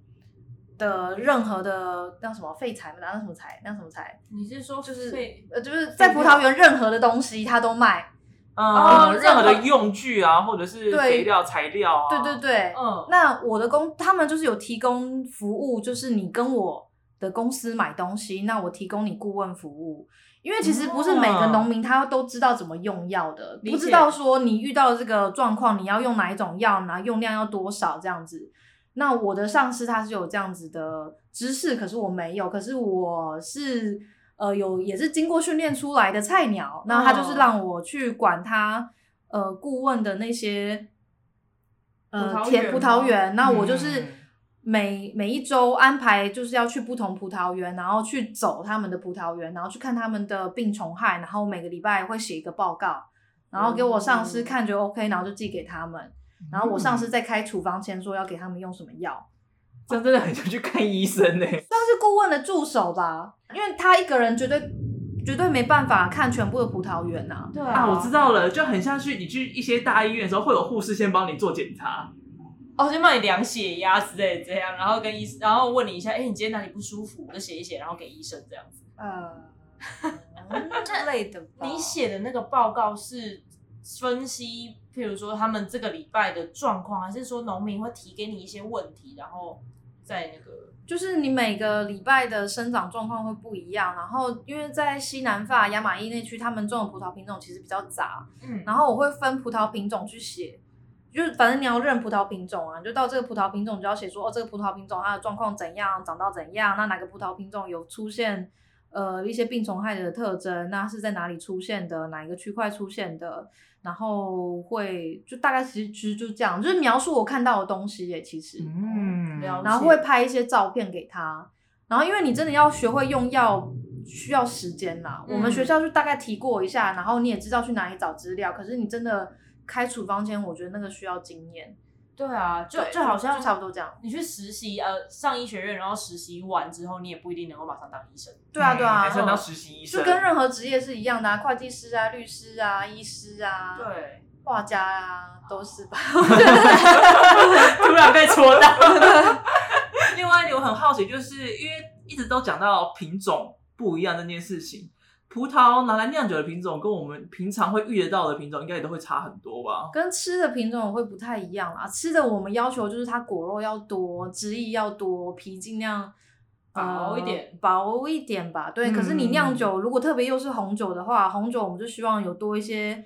[SPEAKER 3] 的任何的那什么废材嘛，那什么材，那什么材，
[SPEAKER 1] 你是说
[SPEAKER 3] 就是
[SPEAKER 1] 废
[SPEAKER 3] 呃，就是在葡萄园任何的东西它都卖，
[SPEAKER 2] 呃
[SPEAKER 1] 哦
[SPEAKER 2] 任何的用具啊，或者是
[SPEAKER 3] 对
[SPEAKER 2] 肥料材料啊，
[SPEAKER 3] 对对对，
[SPEAKER 1] 嗯，
[SPEAKER 3] 那我的公他们就是有提供服务，就是你跟我的公司买东西，那我提供你顾问服务。因为其实不是每个农民他都知道怎么用药的，
[SPEAKER 1] 哦理解
[SPEAKER 3] 不知道说你遇到这个状况你要用哪一种药，哪用量要多少这样子。那我的上司他是有这样子的知识，可是我没有，可是我是呃有也是经过训练出来的菜鸟，那他
[SPEAKER 1] 嗯
[SPEAKER 3] 就是让我去管他呃顾问的那些
[SPEAKER 1] 葡萄
[SPEAKER 3] 呃
[SPEAKER 1] 园
[SPEAKER 3] 田葡萄
[SPEAKER 1] 吗
[SPEAKER 3] 园，那我就是
[SPEAKER 2] 嗯
[SPEAKER 3] 每、每一周安排就是要去不同葡萄园，然后去走他们的葡萄园，然后去看他们的病虫害，然后每个礼拜会写一个报告，然后给我上司
[SPEAKER 1] 嗯
[SPEAKER 3] 看觉得 OK，然后就寄给他们，然后我上司再开处方签说要给他们用什么药。
[SPEAKER 2] 这嗯样真的很想去看医生呢、欸 *laughs*
[SPEAKER 3] 算是顾问的助手吧，因为他一个人绝对绝对没办法看全部的葡萄园呐、
[SPEAKER 1] 对
[SPEAKER 2] 啊，我知道了，就很像去你去一些大医院的时候，会有护士先帮你做检查。
[SPEAKER 1] 哦，先帮你量血压之类的这样，然后跟医，然后问你一下，哎、你今天哪里不舒服？我就写一写，然后给医生这样子。 *laughs*
[SPEAKER 3] 呃，之类的吧。
[SPEAKER 1] 你写的那个报告是分析，譬如说他们这个礼拜的状况，还是说农民会提给你一些问题，然后在那个
[SPEAKER 3] 就是你每个礼拜的生长状况会不一样，然后因为在西南法亚马伊那区，他们种的葡萄品种其实比较杂，
[SPEAKER 1] 嗯
[SPEAKER 3] 然后我会分葡萄品种去写，就是反正你要认葡萄品种啊，你就到这个葡萄品种你就要写说哦，这个葡萄品种它的状况怎样，长到怎样，那哪个葡萄品种有出现呃一些病虫害的特征，那是在哪里出现的，哪一个区块出现的，然后会就大概其实其实就这样，就是描述我看到的东西耶，其实。
[SPEAKER 2] 嗯，
[SPEAKER 1] 了解
[SPEAKER 3] 然后会拍一些照片给他。然后因为你真的要学会用药，需要时间啦。
[SPEAKER 1] 嗯
[SPEAKER 3] 我们学校就大概提过一下，然后你也知道去哪里找资料。可是你真的开处方前，我觉得那个需要经验，
[SPEAKER 1] 对啊，就
[SPEAKER 3] 对
[SPEAKER 1] 就好像
[SPEAKER 3] 就差不多这样。
[SPEAKER 1] 你去实习，呃，上医学院，然后实习完之后，你也不一定能够马上当医生。
[SPEAKER 3] 对啊，对啊，
[SPEAKER 2] 嗯还是要当实习医生，
[SPEAKER 3] 就跟任何职业是一样的啊，会计师啊、律师啊、医师啊、
[SPEAKER 1] 对， *laughs*
[SPEAKER 3] 画家啊，都是吧？
[SPEAKER 2] 突然被戳到。另外一点我很好奇，就是因为一直都讲到品种不一样这件事情，葡萄拿来酿酒的品种跟我们平常会遇得到的品种，应该也都会差很多吧？
[SPEAKER 3] 跟吃的品种会不太一样啊。吃的我们要求就是它果肉要多，汁液要多，皮尽量
[SPEAKER 1] 薄一点
[SPEAKER 3] 呃，薄一点吧。对，
[SPEAKER 2] 嗯
[SPEAKER 3] 可是你酿酒，如果特别又是红酒的话，红酒我们就希望有多一些。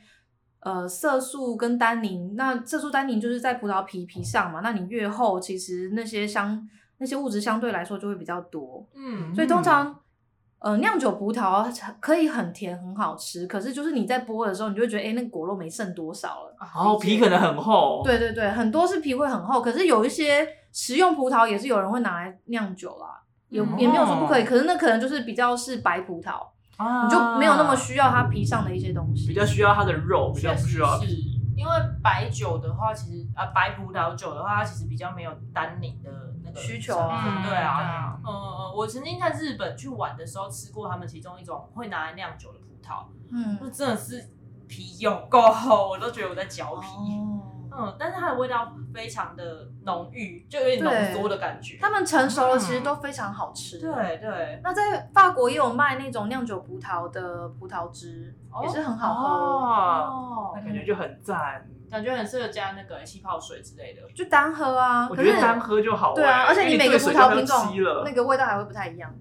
[SPEAKER 3] 呃，色素跟单宁，那色素单宁就是在葡萄皮皮上嘛，那你越厚，其实那些相那些物质相对来说就会比较多。
[SPEAKER 1] 嗯，
[SPEAKER 3] 所以通常，呃，酿酒葡萄可以很甜，很好吃，可是就是你在剥的时候，你就会觉得，哎、那果肉没剩多少了。
[SPEAKER 1] 然
[SPEAKER 2] 然后哦皮可能很厚，，
[SPEAKER 3] 对对对，很多是皮会很厚，可是有一些食用葡萄也是有人会拿来酿酒啦，也、
[SPEAKER 1] 嗯
[SPEAKER 3] 也没有说不可以，可是那可能就是比较是白葡萄，
[SPEAKER 2] 哦啊
[SPEAKER 1] 哦
[SPEAKER 3] 你就没有那么需要它皮上的一些东西。
[SPEAKER 2] 比较需要它的肉，比较
[SPEAKER 1] 确
[SPEAKER 2] 不
[SPEAKER 1] 实
[SPEAKER 2] 需
[SPEAKER 1] 是
[SPEAKER 2] 要。
[SPEAKER 1] 因为白酒的话，其实啊、白葡萄酒的话，它其实比较没有单宁的那个
[SPEAKER 3] 需求
[SPEAKER 1] 成
[SPEAKER 3] 啊
[SPEAKER 1] 分
[SPEAKER 2] 嗯
[SPEAKER 1] 对
[SPEAKER 2] 对
[SPEAKER 1] 啊，
[SPEAKER 2] 啊
[SPEAKER 1] 嗯嗯嗯，我曾经在日本去玩的时候吃过他们其中一种会拿来酿酒的葡萄，
[SPEAKER 3] 嗯
[SPEAKER 1] 就，真的是皮有够厚，我都觉得我在嚼皮。
[SPEAKER 3] 哦，
[SPEAKER 1] 嗯，但是它的味道非常的浓郁，就有点浓缩的感觉。
[SPEAKER 3] 他们成熟了其实都非常好吃。
[SPEAKER 1] 对对，
[SPEAKER 3] 那在法国也有卖那种酿酒葡萄的葡萄汁，也是很好喝。
[SPEAKER 2] 哦，
[SPEAKER 1] 哦
[SPEAKER 2] 那，感觉就很赞。
[SPEAKER 1] 感觉很适合加那个气泡水之类的。
[SPEAKER 3] 就单喝啊，
[SPEAKER 2] 我
[SPEAKER 3] 可
[SPEAKER 2] 觉
[SPEAKER 3] 是
[SPEAKER 2] 得单喝就好欸、
[SPEAKER 3] 对啊，而且
[SPEAKER 2] 因为
[SPEAKER 3] 你每个
[SPEAKER 2] 对
[SPEAKER 3] 葡
[SPEAKER 2] 水
[SPEAKER 3] 萄
[SPEAKER 2] 就
[SPEAKER 3] 品
[SPEAKER 2] 像稀
[SPEAKER 3] 种
[SPEAKER 2] 了
[SPEAKER 3] 那个味道还会不太一样。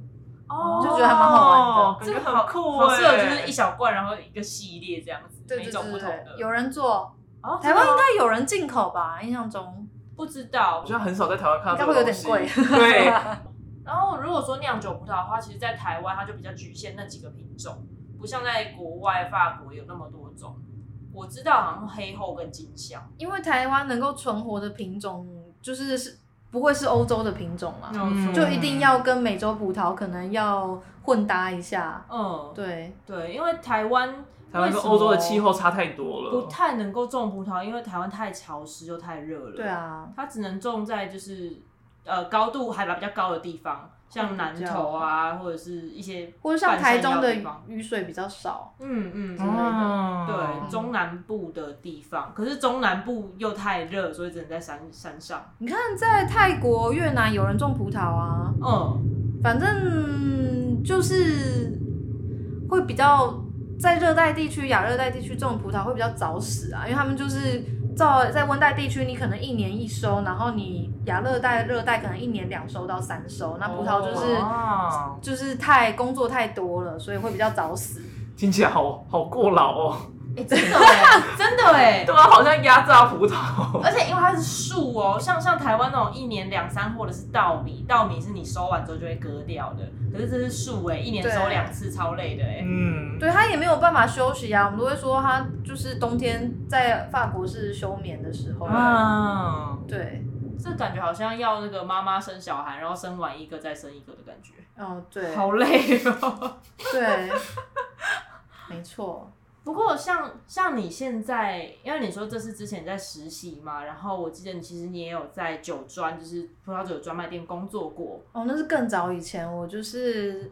[SPEAKER 1] 哦
[SPEAKER 3] 就觉得还蛮好玩
[SPEAKER 2] 的
[SPEAKER 1] 这个
[SPEAKER 2] 感觉
[SPEAKER 1] 好
[SPEAKER 2] 很酷
[SPEAKER 1] 好适合，
[SPEAKER 2] 欸
[SPEAKER 1] 就是一小罐，然后一个系列这样子，
[SPEAKER 3] 对
[SPEAKER 1] 每
[SPEAKER 3] 对
[SPEAKER 1] 种
[SPEAKER 3] 对
[SPEAKER 1] 不
[SPEAKER 3] 对
[SPEAKER 1] 同
[SPEAKER 3] 对
[SPEAKER 1] 的。，
[SPEAKER 3] 有人做，
[SPEAKER 1] 哦，
[SPEAKER 3] 台湾
[SPEAKER 1] 真的
[SPEAKER 3] 应
[SPEAKER 1] 吗
[SPEAKER 3] 该有人进口吧？印象中
[SPEAKER 1] 不知道
[SPEAKER 2] 好。像很少在台湾看
[SPEAKER 3] 应
[SPEAKER 2] 到
[SPEAKER 3] 该
[SPEAKER 2] 这
[SPEAKER 3] 会有
[SPEAKER 2] 个东
[SPEAKER 3] 点
[SPEAKER 2] 西。
[SPEAKER 3] 贵。 *laughs*
[SPEAKER 2] 对，
[SPEAKER 1] 然后如果说酿酒葡萄的话，其实在台湾它就比较局限那几个品种，不像在国外法国有那么多种。我知道好像黑后跟金香，
[SPEAKER 3] 因为台湾能够存活的品种，就是是不会是欧洲的品种啦，
[SPEAKER 2] 嗯
[SPEAKER 3] 就一定要跟美洲葡萄可能要混搭一下。
[SPEAKER 1] 嗯，
[SPEAKER 3] 对，
[SPEAKER 1] 对，因为台湾
[SPEAKER 2] 台湾跟欧洲的气候差太多
[SPEAKER 1] 不
[SPEAKER 2] 了。
[SPEAKER 1] 太能够种葡萄，因为台湾太潮湿又太热了。
[SPEAKER 3] 对，啊，
[SPEAKER 1] 它只能种在就是呃高度海拔比较高的地方，像南投啊，或者是一些
[SPEAKER 3] 或者像台中
[SPEAKER 1] 半山腰
[SPEAKER 3] 的
[SPEAKER 1] 的地方
[SPEAKER 3] 雨水比较少。
[SPEAKER 1] 嗯嗯之类的。
[SPEAKER 2] 哦
[SPEAKER 3] 嗯
[SPEAKER 1] 对中南部的地方，可是中南部又太热，所以只能在山山上。
[SPEAKER 3] 你看，在泰国、越南有人种葡萄啊，
[SPEAKER 1] 嗯，
[SPEAKER 3] 反正就是会比较在热带地区、亚热带地区种葡萄会比较早死啊，因为他们就是照在温带地区，你可能一年一收，然后你亚热带、热带可能一年两收到三收，那葡萄就是、
[SPEAKER 2] 哦
[SPEAKER 3] 就是太工作太多了，所以会比较早死。
[SPEAKER 2] 听起来好好过劳哦。
[SPEAKER 1] 哎、真的哎，真的哎。
[SPEAKER 2] 对啊，好像压榨葡萄。
[SPEAKER 1] 而且因为它是树哦，像像台湾那种一年两三或者是稻米，稻米是你收完之后就会割掉的，可是这是树哎，一年收
[SPEAKER 3] 对
[SPEAKER 1] 两次，超累的哎。
[SPEAKER 2] *laughs* 嗯，
[SPEAKER 3] *laughs* 对他也没有办法休息啊，我们都会说他就是冬天在法国是休眠的时候。
[SPEAKER 2] 啊，
[SPEAKER 3] 对，
[SPEAKER 1] 这感觉好像要那个妈妈生小孩，然后生完一个再生一个的感觉，
[SPEAKER 3] 哦，对，
[SPEAKER 1] 好累哦。
[SPEAKER 3] 对，没错。
[SPEAKER 1] 不过像像你现在，因为你说这是之前在实习嘛，然后我记得你其实你也有在酒庄，就是葡萄酒专卖店工作过。
[SPEAKER 3] 哦，那是更早以前，我就是，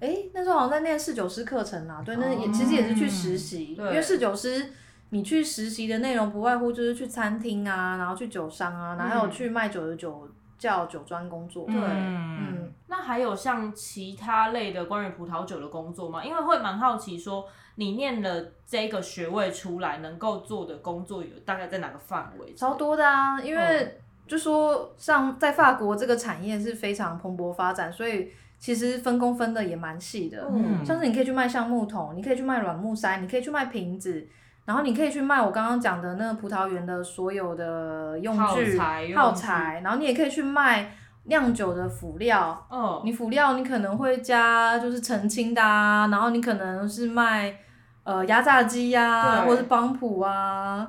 [SPEAKER 3] 哎、那时候好像在念侍酒师课程啦，对，那也、其实也是去实习，因
[SPEAKER 1] 嗯对
[SPEAKER 3] 为侍酒师你去实习的内容不外乎就是去餐厅啊，然后去酒商啊，然后还有
[SPEAKER 1] 嗯
[SPEAKER 3] 去卖酒的酒窖酒庄工作，
[SPEAKER 1] 对
[SPEAKER 2] 嗯
[SPEAKER 3] 嗯，
[SPEAKER 1] 那还有像其他类的关于葡萄酒的工作吗？因为会蛮好奇说，你念了这个学位出来，能够做的工作有大概在哪个范围？
[SPEAKER 3] 超多的啊，因
[SPEAKER 1] 嗯
[SPEAKER 3] 为就说像在法国这个产业是非常蓬勃发展，所以其实分工分的也蛮细的，
[SPEAKER 1] 嗯
[SPEAKER 3] 像是你可以去卖橡木桶，你可以去卖软木塞，你可以去卖瓶子，然后你可以去卖我刚刚讲的那个葡萄园的所有的用
[SPEAKER 1] 耗
[SPEAKER 3] 具、
[SPEAKER 1] 材用具
[SPEAKER 3] 耗材然后你也可以去卖酿酒的辅料。
[SPEAKER 1] 嗯，
[SPEAKER 3] 你辅料你可能会加就是澄清的啊，然后你可能是卖呃压榨机呀、啊，
[SPEAKER 1] 对
[SPEAKER 3] 或是帮谱啊，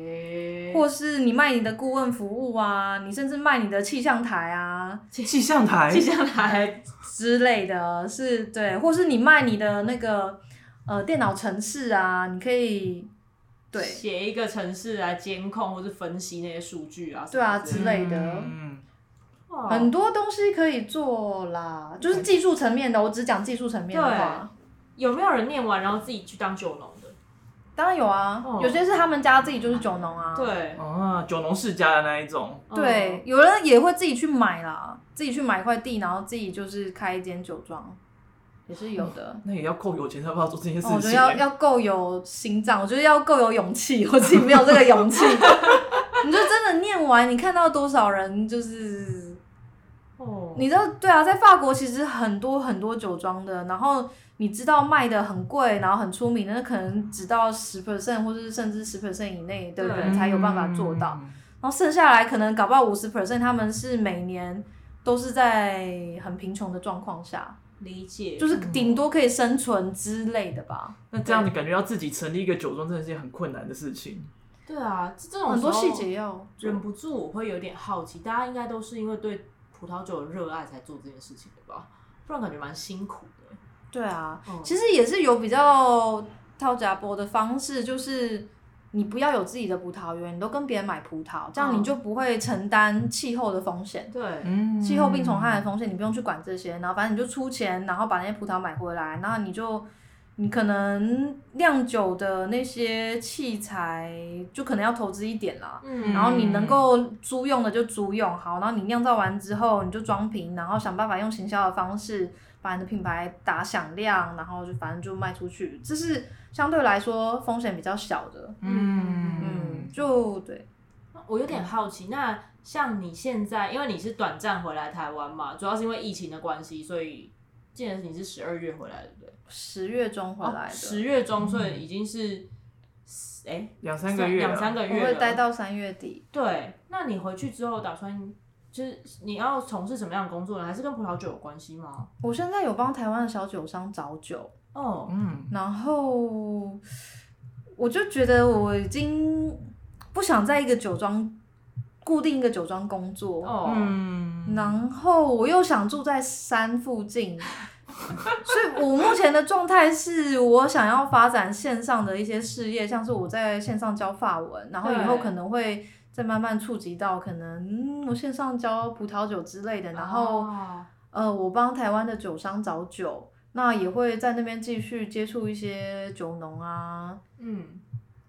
[SPEAKER 1] 诶
[SPEAKER 3] 或是你卖你的顾问服务啊，你甚至卖你的气象台啊，
[SPEAKER 2] 气象台
[SPEAKER 1] 接下来
[SPEAKER 3] 之类的，是对，或是你卖你的那个呃电脑程式啊，你可以对
[SPEAKER 1] 写一个城市来监控或是分析那些数据啊，
[SPEAKER 3] 对啊
[SPEAKER 1] 什
[SPEAKER 3] 之
[SPEAKER 1] 么
[SPEAKER 3] 类的
[SPEAKER 2] 嗯，
[SPEAKER 1] 哇
[SPEAKER 3] 很多东西可以做啦，就是技术层面的，我只讲技术层面的话，
[SPEAKER 1] 有没有人念完然后自己去当酒农的？
[SPEAKER 3] 当然有啊，
[SPEAKER 1] 哦
[SPEAKER 3] 有些是他们家自己就是酒农啊，
[SPEAKER 1] 对，哦
[SPEAKER 2] 啊，九农世家的那一种，
[SPEAKER 3] 对，有人也会自己去买啦，自己去买一块地，然后自己就是开一间酒庄，也是有的。
[SPEAKER 2] 那也要够有钱才不要做这件事
[SPEAKER 3] 哦、我觉
[SPEAKER 2] 情
[SPEAKER 3] 得要
[SPEAKER 2] 欸。
[SPEAKER 3] 要够有心脏，我觉得要够有勇气， *laughs* 我自己没有这个勇气。 *laughs* 你就真的念完，你看到多少人就是，
[SPEAKER 1] 嗯哦，
[SPEAKER 3] 你知道对啊，在法国其实很多很多酒庄的，然后你知道卖的很贵，然后很出名的，那可能只到十 percent 或是甚至十 percent 以内的
[SPEAKER 1] 对
[SPEAKER 3] 人才有办法做
[SPEAKER 1] 嗯
[SPEAKER 3] 到，
[SPEAKER 2] 嗯
[SPEAKER 3] 然后剩下来可能搞不好五十 percent 他们是每年都是在很贫穷的状况下，
[SPEAKER 1] 理解，
[SPEAKER 3] 就是顶多可以生存之类的吧。
[SPEAKER 2] 那这样你感觉要自己成立一个酒庄，真的是一件很困难的事情。
[SPEAKER 1] 对啊，这这种
[SPEAKER 3] 很多
[SPEAKER 1] 时候
[SPEAKER 3] 细节要
[SPEAKER 1] 忍不住我会有点好奇，大家应该都是因为对葡萄酒的热爱才做这件事情的吧？不然感觉蛮辛苦的。
[SPEAKER 3] 对啊，
[SPEAKER 1] 嗯
[SPEAKER 3] 其实也是有比较套夹波的方式，就是你不要有自己的葡萄园，你都跟别人买葡萄，这样
[SPEAKER 1] 嗯
[SPEAKER 3] 你就不会承担气候的风险。
[SPEAKER 1] 对，
[SPEAKER 2] 嗯，
[SPEAKER 3] 气候病虫害的风险，你不用去管这些，然后反正你就出钱，然后把那些葡萄买回来，然后你就你可能酿酒的那些器材就可能要投资一点啦，
[SPEAKER 1] 嗯
[SPEAKER 3] 然后你能够租用的就租用好，然后你酿造完之后你就装瓶，然后想办法用行销的方式把你的品牌打响亮，然后就反正就卖出去，这是相对来说风险比较小的。嗯，
[SPEAKER 2] 嗯，
[SPEAKER 3] 就对，
[SPEAKER 1] 我有点好奇，那像你现在，因为你是短暂回来台湾嘛，主要是因为疫情的关系，所以记得你是十二月回来的，对不对？
[SPEAKER 3] 十月中回来的，
[SPEAKER 1] 哦
[SPEAKER 3] 嗯
[SPEAKER 1] 十、10月中，所以已经是哎
[SPEAKER 2] 两三个月了，
[SPEAKER 1] 两三个
[SPEAKER 3] 我
[SPEAKER 1] 月
[SPEAKER 3] 会
[SPEAKER 1] 了。
[SPEAKER 3] 待到三月底。
[SPEAKER 1] 对，那你回去之后打算就是你要从事什么样的工作呢？还是跟葡萄酒有关系吗？
[SPEAKER 3] 我现在有帮台湾的小酒商找酒，
[SPEAKER 1] 哦，
[SPEAKER 2] 嗯，
[SPEAKER 3] 然后我就觉得我已经不想在一个酒庄固定一个酒庄工作，
[SPEAKER 1] 哦，
[SPEAKER 2] 嗯，
[SPEAKER 3] 然后我又想住在山附近， *laughs* 所以我目前的状态是我想要发展线上的一些事业，像是我在线上教法文，然后以后
[SPEAKER 1] 对
[SPEAKER 3] 可能会再慢慢触及到可能、嗯我线上教葡萄酒之类的，然后。
[SPEAKER 1] 哦
[SPEAKER 3] 呃，我帮台湾的酒商找酒，那也会在那边继续接触一些酒农啊
[SPEAKER 1] 嗯，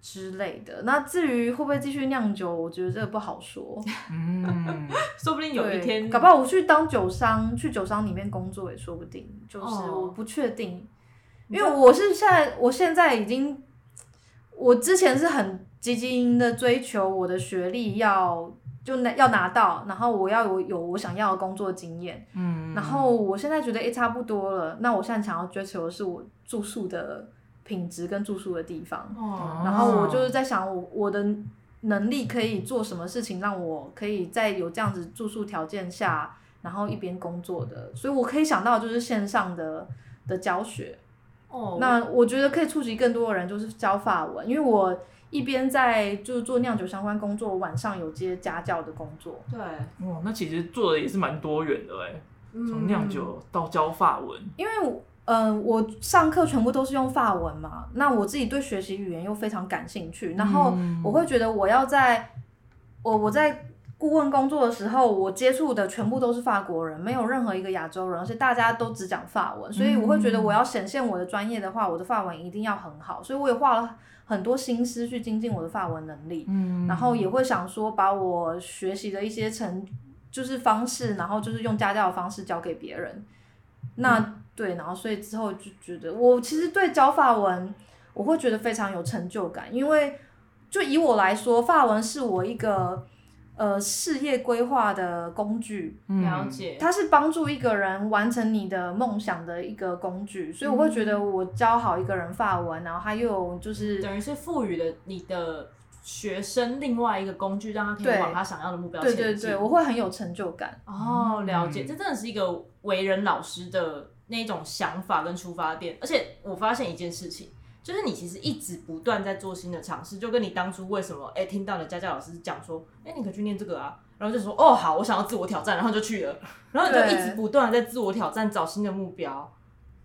[SPEAKER 3] 之类的。那至于会不会继续酿酒，我觉得这个不好说。
[SPEAKER 2] 嗯，
[SPEAKER 1] 说不定有一
[SPEAKER 3] 对
[SPEAKER 1] 天，
[SPEAKER 3] 搞不好我去当酒商，去酒商里面工作也说不定，就是
[SPEAKER 1] 哦
[SPEAKER 3] 我不确定。因为我是现在，我现在已经，我之前是很积极的追求我的学历要就拿要拿到，然后我要有有我想要的工作经验，
[SPEAKER 2] 嗯，
[SPEAKER 3] 然后我现在觉得也差不多了，那我现在想要追求的是我住宿的品质跟住宿的地方，
[SPEAKER 1] 哦，
[SPEAKER 3] 然后我就是在想我我的能力可以做什么事情，让我可以在有这样子住宿条件下，然后一边工作的，所以我可以想到就是线上的的教学，
[SPEAKER 1] 哦，
[SPEAKER 3] 那我觉得可以触及更多的人，就是教法文，因为我一边在就是做酿酒相关工作，晚上有接家教的工作。
[SPEAKER 1] 对，
[SPEAKER 2] 嗯哇，那其实做的也是蛮多元的哎，从
[SPEAKER 1] 嗯
[SPEAKER 2] 酿酒到教法文，
[SPEAKER 3] 因为我呃，我上课全部都是用法文嘛，那我自己对学习语言又非常感兴趣，然后
[SPEAKER 2] 嗯
[SPEAKER 3] 我会觉得我要在我我在顾问工作的时候，我接触的全部都是法国人，没有任何一个亚洲人，而且大家都只讲法文，所以我会觉得我要显现我的专业的话，我的法文一定要很好，所以我也花了很多心思去精进我的法文能力。
[SPEAKER 2] 嗯，
[SPEAKER 3] 然后也会想说把我学习的一些成就是方式，然后就是用家教的方式教给别人。那、对，然后所以之后就觉得我其实对教法文，我会觉得非常有成就感，因为就以我来说，法文是我一个呃事业规划的工具。
[SPEAKER 2] 嗯
[SPEAKER 1] 了，解，
[SPEAKER 3] 它是帮助一个人完成你的梦想的一个工具，所以我会觉得我教好一个人法文，然后他又有就是
[SPEAKER 1] 等于是赋予了你的学生另外一个工具，让他可以
[SPEAKER 3] 对
[SPEAKER 1] 往他想要的目标前
[SPEAKER 3] 对
[SPEAKER 1] 进。
[SPEAKER 3] 对对，我会很有成就感。
[SPEAKER 1] 哦，了解，
[SPEAKER 2] 嗯
[SPEAKER 1] 这真的是一个为人老师的那种想法跟出发点。而且我发现一件事情，就是你其实一直不断在做新的尝试，就跟你当初为什么哎、听到了家教老师讲说，哎、你可以去念这个啊，然后就说哦好，我想要自我挑战，然后就去了，然后你就
[SPEAKER 3] 对
[SPEAKER 1] 一直不断的在自我挑战，找新的目标，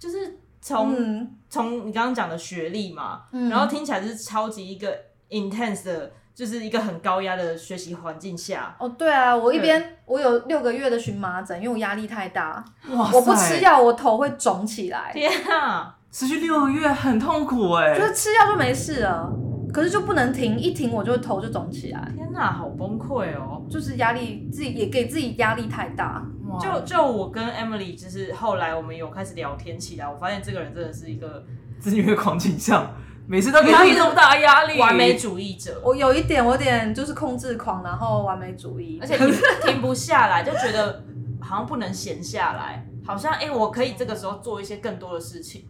[SPEAKER 1] 就是从
[SPEAKER 3] 嗯，
[SPEAKER 1] 从、你刚刚讲的学历嘛，
[SPEAKER 3] 嗯
[SPEAKER 1] 然后听起来就是超级一个 intense 的，就是一个很高压的学习环境下，
[SPEAKER 3] 哦，对啊，我一
[SPEAKER 1] 对
[SPEAKER 3] 边我有六个月的荨麻疹，因为我压力太大，
[SPEAKER 2] 哇塞，
[SPEAKER 3] 我不吃药我头会肿起来，
[SPEAKER 1] 天啊！
[SPEAKER 2] 持续六个月很痛苦哎，
[SPEAKER 3] 就是吃药就没事了，可是就不能停，一停我就头就肿起来，
[SPEAKER 1] 天哪，好崩溃哦！
[SPEAKER 3] 就是压力自己也给自己压力太大，
[SPEAKER 2] 哇
[SPEAKER 1] 就就我跟 Emily，就是后来我们有开始聊天起来，我发现这个人真的是一个
[SPEAKER 2] 自虐狂倾向，每次都给自己这么大的压力，
[SPEAKER 1] 完美主义
[SPEAKER 2] *laughs*
[SPEAKER 1] 者，
[SPEAKER 3] 我有一点我有点就是控制狂，然后完美主义，
[SPEAKER 1] 而且停停不下来，就觉得好像不能闲下来，好像哎、诶我可以这个时候做一些更多的事情，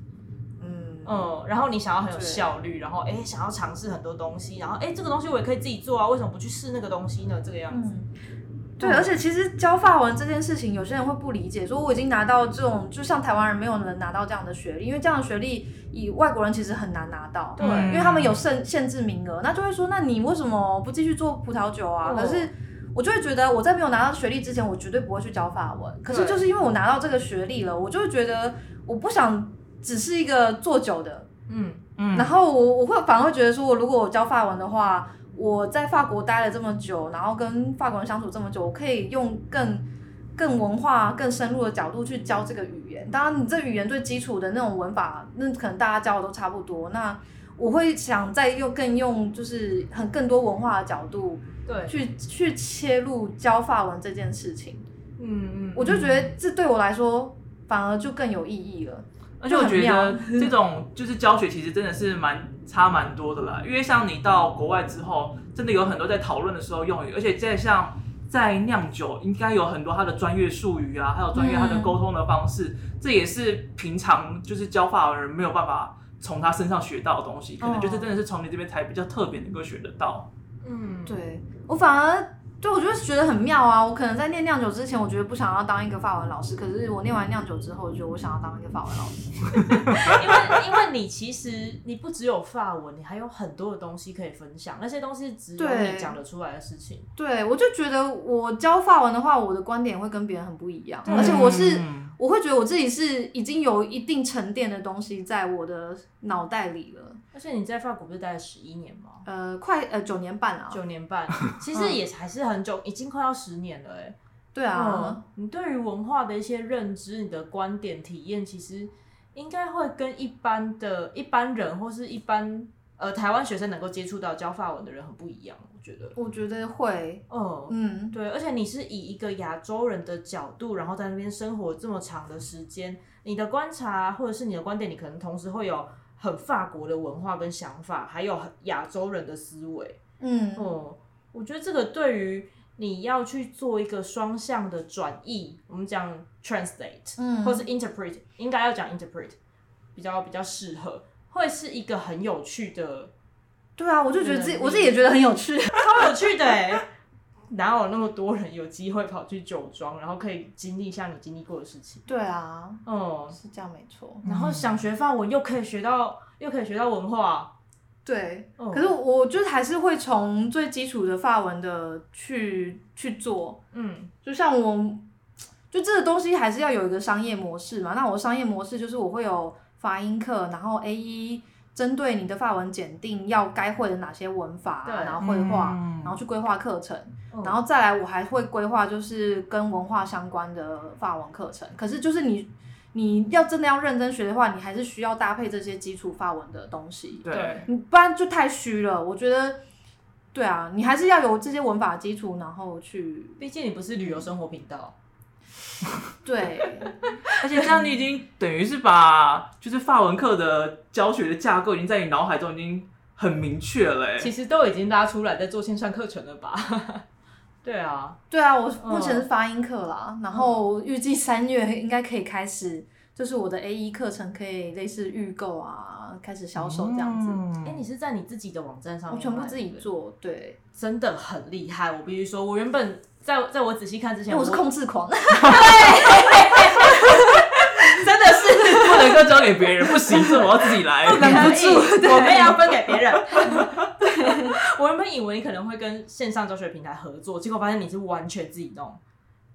[SPEAKER 3] 嗯
[SPEAKER 1] 嗯，然后你想要很有
[SPEAKER 3] 对
[SPEAKER 1] 效率，然后哎、诶想要尝试很多东西，然后哎、诶这个东西我也可以自己做啊，为什么不去试那个东西呢？这个样子，
[SPEAKER 3] 嗯。对，而且其实教法文这件事情，有些人会不理解，说我已经拿到这种，就像台湾人没有人拿到这样的学历，因为这样的学历以外国人其实很难拿到。
[SPEAKER 1] 对
[SPEAKER 2] 嗯
[SPEAKER 3] 因为他们有限限制名额，那就会说，那你为什么不继续做葡萄酒啊？
[SPEAKER 2] 嗯
[SPEAKER 1] 哦
[SPEAKER 3] 可是我就会觉得，我在没有拿到学历之前，我绝对不会去教法文。可是就是因为我拿到这个学历了，我就会觉得我不想只是一个做酒的，
[SPEAKER 1] 嗯，
[SPEAKER 2] 嗯
[SPEAKER 3] 然后我我会反而会觉得说，我如果我教法文的话，我在法国待了这么久，然后跟法国人相处这么久，我可以用更更文化、更深入的角度去教这个语言。当然，你这语言最基础的那种文法，那可能大家教的都差不多。那我会想再用更用就是很更多文化的角度
[SPEAKER 1] 对，
[SPEAKER 3] 去去切入教法文这件事情，
[SPEAKER 1] 嗯嗯，
[SPEAKER 3] 我就觉得这对我来说反而就更有意义了。
[SPEAKER 2] 而且我觉
[SPEAKER 3] 就
[SPEAKER 2] 得
[SPEAKER 3] 很
[SPEAKER 2] 这种就是教学，其实真的是蛮差蛮多的啦。因为像你到国外之后，真的有很多在讨论的时候用语，而且在像在酿酒，应该有很多它的专业术语啊，还有专业它的
[SPEAKER 3] 嗯
[SPEAKER 2] 沟通的方式，这也是平常就是教法文人没有办法从他身上学到的东西，可能
[SPEAKER 3] 哦
[SPEAKER 2] 就是真的是从你这边才比较特别能够学得到。
[SPEAKER 1] 嗯，
[SPEAKER 3] 对我反而对我就是觉得很妙啊！我可能在念酿酒之前，我觉得不想要当一个法文老师，可是我念完酿酒之后，我觉得我想要当一个法文老师。
[SPEAKER 1] 因为因为你其实你不只有法文，你还有很多的东西可以分享，那些东西只有
[SPEAKER 3] 对
[SPEAKER 1] 你讲得出来的事情。
[SPEAKER 3] 对我就觉得我教法文的话，我的观点会跟别人很不一样，
[SPEAKER 1] 对
[SPEAKER 3] 而且我是
[SPEAKER 2] 嗯
[SPEAKER 3] 我会觉得我自己是已经有一定沉淀的东西在我的脑袋里了，
[SPEAKER 1] 而且你在法国不是待了十一年吗？
[SPEAKER 3] 呃，快呃九年半啊，
[SPEAKER 1] 九年半，其实也还是很久，已经快要十年了哎、
[SPEAKER 3] 对啊，
[SPEAKER 1] 嗯，你对于文化的一些认知、你的观点、体验，其实应该会跟一般的一般人或是一般呃台湾学生能够接触到教法文的人很不一样，我觉得。
[SPEAKER 3] 我觉得会，
[SPEAKER 1] 嗯，
[SPEAKER 3] 嗯，
[SPEAKER 1] 对，而且你是以一个亚洲人的角度，然后在那边生活这么长的时间，你的观察或者是你的观点，你可能同时会有很法国的文化跟想法，还有很亚洲人的思维。
[SPEAKER 3] 嗯，
[SPEAKER 1] 哦，我觉得这个对于你要去做一个双向的转译，我们讲 translate，
[SPEAKER 3] 嗯
[SPEAKER 1] 或是 interpret，应该要讲 interpret，比较比较适合，会是一个很有趣的，
[SPEAKER 3] 对啊，我就觉得自己，
[SPEAKER 1] 嗯
[SPEAKER 3] 我自己也觉得很有趣。 *laughs*
[SPEAKER 1] 超有趣的哎、哪有那么多人有机会跑去酒庄，然后可以经历像你经历过的事情？
[SPEAKER 3] 对啊，
[SPEAKER 1] 嗯，
[SPEAKER 3] 是这样没错。
[SPEAKER 1] 然后想学法文又可以学到，又可以学到文化，
[SPEAKER 3] 对，
[SPEAKER 1] 嗯
[SPEAKER 3] 可是我我就是还是会从最基础的法文的去去做，
[SPEAKER 1] 嗯
[SPEAKER 3] 就像我，就这个东西还是要有一个商业模式嘛。那我商业模式就是我会有发音课，然后 A 一针对你的法文检定要该会的哪些文法，啊
[SPEAKER 1] 对
[SPEAKER 3] 然后绘画，
[SPEAKER 2] 嗯
[SPEAKER 3] 然后去规划课程，
[SPEAKER 1] 嗯
[SPEAKER 3] 然后再来我还会规划就是跟文化相关的法文课程。可是就是你。你要真的要认真学的话，你还是需要搭配这些基础法文的东西。
[SPEAKER 2] 对，
[SPEAKER 3] 你不然就太虚了。我觉得，对啊，你还是要有这些文法基础，然后去
[SPEAKER 1] 毕竟你不是旅游生活频道，
[SPEAKER 3] 对
[SPEAKER 1] *laughs*
[SPEAKER 2] 而且这样你已
[SPEAKER 3] *laughs*
[SPEAKER 2] 经等于是把就是法文课的教学的架构已经在你脑海中已经很明确了、欸，
[SPEAKER 1] 其实都已经拉出来在做线上课程了吧？ *laughs* 对啊，
[SPEAKER 3] 对啊。我目前是发音课
[SPEAKER 1] 嗯
[SPEAKER 3] 啦，然后预计三月应该可以开始，就是我的 A 一课程可以类似预购啊，开始销售这样子。
[SPEAKER 1] 哎、你是在你自己的网站上
[SPEAKER 3] 嗯我
[SPEAKER 1] 面
[SPEAKER 3] 全部
[SPEAKER 1] 卖
[SPEAKER 3] 自己
[SPEAKER 1] 对不对，
[SPEAKER 3] 做，对，
[SPEAKER 1] 真的很厉害。我必须说，我原本在在我仔细看之
[SPEAKER 3] 因
[SPEAKER 1] 前，
[SPEAKER 3] 为我是控制
[SPEAKER 1] *laughs*
[SPEAKER 3] 狂，
[SPEAKER 1] 啊真的是
[SPEAKER 2] 不能够交给别人，不行，这我要自己来。
[SPEAKER 3] 能 *laughs* 不住
[SPEAKER 1] 可以
[SPEAKER 3] 对
[SPEAKER 1] 哎我们也要分给别
[SPEAKER 3] *laughs*
[SPEAKER 1] 人。我原本以为你可能会跟线上教学平台合作，结果发现你是完全自己弄。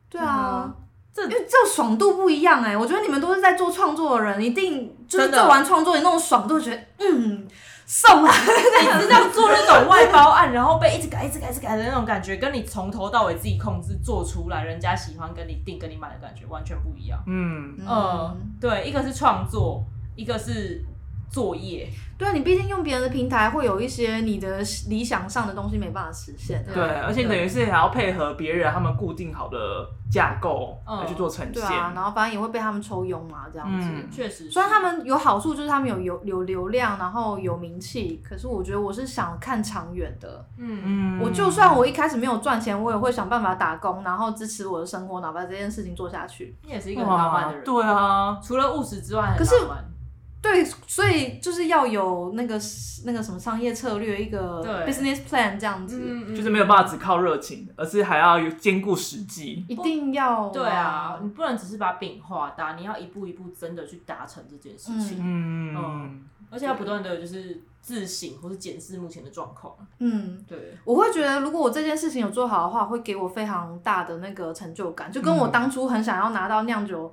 [SPEAKER 3] 对啊。
[SPEAKER 1] 这
[SPEAKER 3] 因为这种爽度不一样哎、我觉得你们都是在做创作的人，一定就是
[SPEAKER 1] 真的
[SPEAKER 3] 做完创作，你那种爽度，觉得嗯，送啊，
[SPEAKER 1] 你知道做那种外包案，然后被一直改、一直改、一直改的那种感觉，跟你从头到尾自己控制做出来，人家喜欢跟你定、跟你买的感觉完全不一样。
[SPEAKER 2] 嗯，
[SPEAKER 1] 嗯，对，一个是创作，一个是作业。
[SPEAKER 3] 对啊，你毕竟用别人的平台，会有一些你的理想上的东西没办法实现啊。
[SPEAKER 2] 对，而且等于是还要配合别人他们固定好的架构
[SPEAKER 1] 嗯
[SPEAKER 2] 来去做呈
[SPEAKER 3] 对
[SPEAKER 2] 现。
[SPEAKER 3] 啊，然后反正也会被他们抽佣嘛，这样子。
[SPEAKER 2] 嗯，
[SPEAKER 1] 确实是，
[SPEAKER 3] 虽然他们有好处，就是他们有有有流量，然后有名气，可是我觉得我是想看长远的。
[SPEAKER 1] 嗯，
[SPEAKER 2] 嗯，
[SPEAKER 3] 我就算我一开始没有赚钱，我也会想办法打工，然后支持我的生活，哪怕这件事情做下去。
[SPEAKER 1] 你也是一个很浪漫
[SPEAKER 2] 哇
[SPEAKER 1] 的，人，
[SPEAKER 2] 对啊，
[SPEAKER 1] 除了务实之外，很
[SPEAKER 3] 可是
[SPEAKER 1] 浪漫
[SPEAKER 3] 对，所以就是要有那个那个什么商业策略，一个
[SPEAKER 1] 对
[SPEAKER 3] business plan 这样子，
[SPEAKER 1] 嗯，
[SPEAKER 2] 就是没有办法只靠热情，而是还要有兼顾实际。
[SPEAKER 3] 一定要
[SPEAKER 1] 对啊，你不能只是把饼画大，你要一步一步真的去达成这件事情，
[SPEAKER 2] 嗯
[SPEAKER 1] 嗯，而且要不断的就是自省或是检视目前的状况。
[SPEAKER 3] 嗯，
[SPEAKER 1] 对，
[SPEAKER 3] 我会觉得，如果我这件事情有做好的话，会给我非常大的那个成就感，就跟我当初很想要拿到酿酒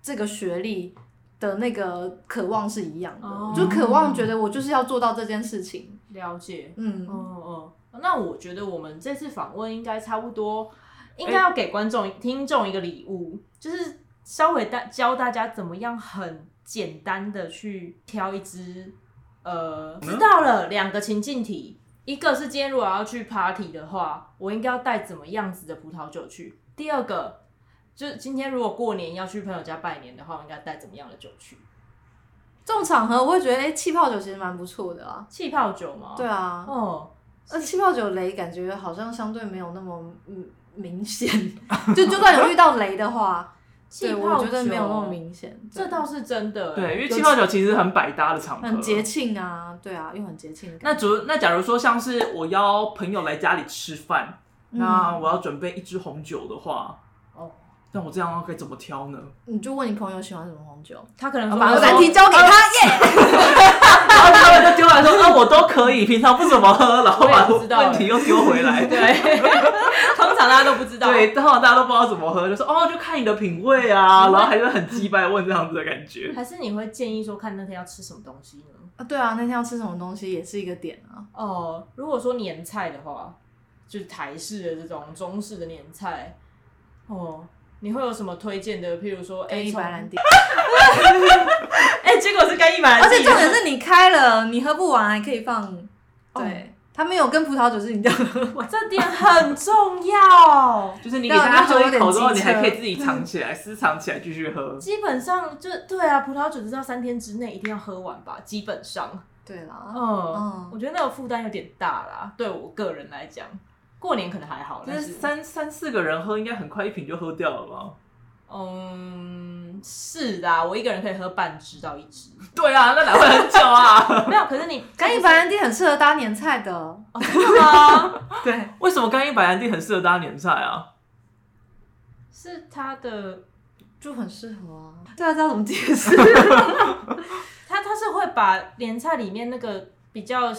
[SPEAKER 3] 这个学历的那个渴望是一样的，
[SPEAKER 1] 哦
[SPEAKER 3] 就渴望觉得我就是要做到这件事情。
[SPEAKER 1] 了解。
[SPEAKER 3] 嗯，
[SPEAKER 1] 嗯嗯，那我觉得我们这次访问应该差不多，应该要给观众、听众一个礼物，就是稍微大教大家怎么样很简单的去挑一支。呃，知道了，两个情境题，一个是今天如果要去 party 的话，我应该要带怎么样子的葡萄酒去？第二个就是今天如果过年要去朋友家拜年的话，我应该带怎么样的酒去？
[SPEAKER 3] 这种场合我会觉得，哎、气泡酒其实蛮不错的啊。
[SPEAKER 1] 气泡酒吗？
[SPEAKER 3] 对，啊，
[SPEAKER 1] 哦，
[SPEAKER 3] 呃，气泡酒雷感觉好像相对没有那么嗯
[SPEAKER 1] *laughs*
[SPEAKER 3] 明显，就就算有遇到雷的话，
[SPEAKER 1] 气
[SPEAKER 3] 对，
[SPEAKER 1] 泡酒
[SPEAKER 3] 我觉得没有那么，明显。对
[SPEAKER 1] 这倒是真的、欸。
[SPEAKER 2] 对，因为气泡酒其实很百搭的场合，
[SPEAKER 3] 很节庆啊，对啊，又很节庆感。
[SPEAKER 2] 那主那假如说像是我邀朋友来家里吃饭，
[SPEAKER 3] 嗯
[SPEAKER 2] 那我要准备一支红酒的话，
[SPEAKER 1] 哦，
[SPEAKER 2] 那我这样该怎么挑呢？
[SPEAKER 3] 你就问你朋友喜欢什么红酒，
[SPEAKER 1] 他可能
[SPEAKER 2] 说
[SPEAKER 1] 说
[SPEAKER 2] 把
[SPEAKER 3] 把
[SPEAKER 2] 我
[SPEAKER 3] 难题交给他耶。
[SPEAKER 2] *laughs* 然后他们就丢来说，啊那我都可以，平常不怎么喝，然后把
[SPEAKER 1] 我也不知道
[SPEAKER 2] 问题又丢回 *laughs* 来。
[SPEAKER 1] 对，通常大家都不知道。
[SPEAKER 2] 对，然后大家欸都不知道怎么喝，就说哦，就看你的品味啊，然后还是很鸡掰问这样子的感觉。
[SPEAKER 1] *laughs* 还是你会建议说看那天要吃什么东西呢？
[SPEAKER 3] 啊，对啊，那天要吃什么东西也是一个点啊。
[SPEAKER 1] 哦、如果说年菜的话，就是台式的这种中式的年菜，哦、你会有什么推荐的？譬如说，哎、
[SPEAKER 3] A
[SPEAKER 1] 从
[SPEAKER 3] 白兰地，
[SPEAKER 1] 哎、结果是跟一般人
[SPEAKER 3] 而且
[SPEAKER 1] 一样
[SPEAKER 3] 重点是你开了，你喝不完还可以放。对，它哦没有跟葡萄酒是一样的味道。
[SPEAKER 1] 这点很重要。
[SPEAKER 2] 啊就是你给大家喝一口之后，
[SPEAKER 3] 对
[SPEAKER 2] 你还可以自己藏起来、私藏起来继续喝。
[SPEAKER 1] 基本上就对啊，葡萄酒就是要三天之内一定要喝完吧，基本上。
[SPEAKER 3] 对啦，
[SPEAKER 1] 嗯，
[SPEAKER 3] 嗯
[SPEAKER 1] 我觉得那个负担有点大啦，对我个人来讲，过年可能还好，
[SPEAKER 2] 就
[SPEAKER 1] 但
[SPEAKER 2] 是
[SPEAKER 1] 是
[SPEAKER 2] 三三四个人喝，应该很快一瓶就喝掉了吧？
[SPEAKER 1] 嗯是啦，我一个人可以喝半支到一支，
[SPEAKER 2] 对啊，那哪会很久 *laughs* 啊？
[SPEAKER 1] 没有。可是你
[SPEAKER 3] 干一白兰地很适合搭年菜的。
[SPEAKER 1] 哦，真的吗？
[SPEAKER 3] 对，
[SPEAKER 2] 为什么干一白兰地很适合搭年菜啊？
[SPEAKER 1] 是它的，
[SPEAKER 3] 就很适合啊。对啊，知道怎么解释？ *laughs*
[SPEAKER 1] 它它是会把莲菜里面那个比较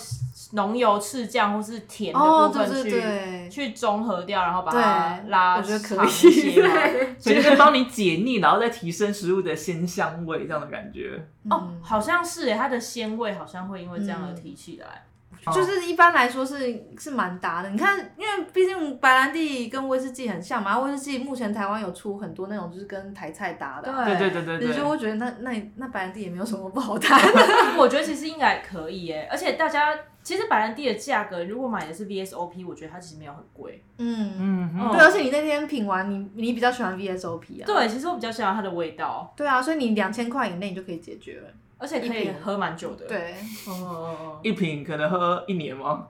[SPEAKER 1] 浓油赤酱或是甜的
[SPEAKER 3] 哦
[SPEAKER 1] 部分去、
[SPEAKER 3] 对对对
[SPEAKER 1] 去中和掉，然后把它
[SPEAKER 3] 对，
[SPEAKER 1] 拉
[SPEAKER 3] 我觉得可
[SPEAKER 1] 长一
[SPEAKER 3] 以。 *laughs*
[SPEAKER 1] 些嘛哦
[SPEAKER 3] 对
[SPEAKER 2] 所以就是帮你解腻，然后再提升食物的鲜香味，这样的感觉。
[SPEAKER 3] 嗯
[SPEAKER 1] 哦，好像是耶，它的鲜味好像会因为这样而提起来。 *laughs*
[SPEAKER 3] 就是一般来说是是蛮搭的。你看，因为毕竟白兰地跟威士忌很像嘛，威士忌目前台湾有出很多那种就是跟台菜搭的啊，
[SPEAKER 2] 对对对对
[SPEAKER 3] 你
[SPEAKER 2] 对，
[SPEAKER 3] 就会觉得那那那白兰地也没有什么不好搭的。
[SPEAKER 1] 我觉得其实应该可以耶，而且大家其实白兰地的价格，如果买的是 VSOP，我觉得它其实没有很贵。
[SPEAKER 3] *laughs* 嗯，
[SPEAKER 2] 嗯哼，
[SPEAKER 3] 对，而且你那天品完，你你比较喜欢 VSOP 啊？
[SPEAKER 1] 对，其实我比较喜欢它的味道，
[SPEAKER 3] 对啊，所以你两千块以内你就可以解决了。
[SPEAKER 1] 而且可
[SPEAKER 3] 一
[SPEAKER 1] 以
[SPEAKER 3] 瓶
[SPEAKER 1] 喝蛮久的。，
[SPEAKER 3] 对，
[SPEAKER 1] 嗯嗯嗯嗯，
[SPEAKER 2] 一瓶可能喝一年吗？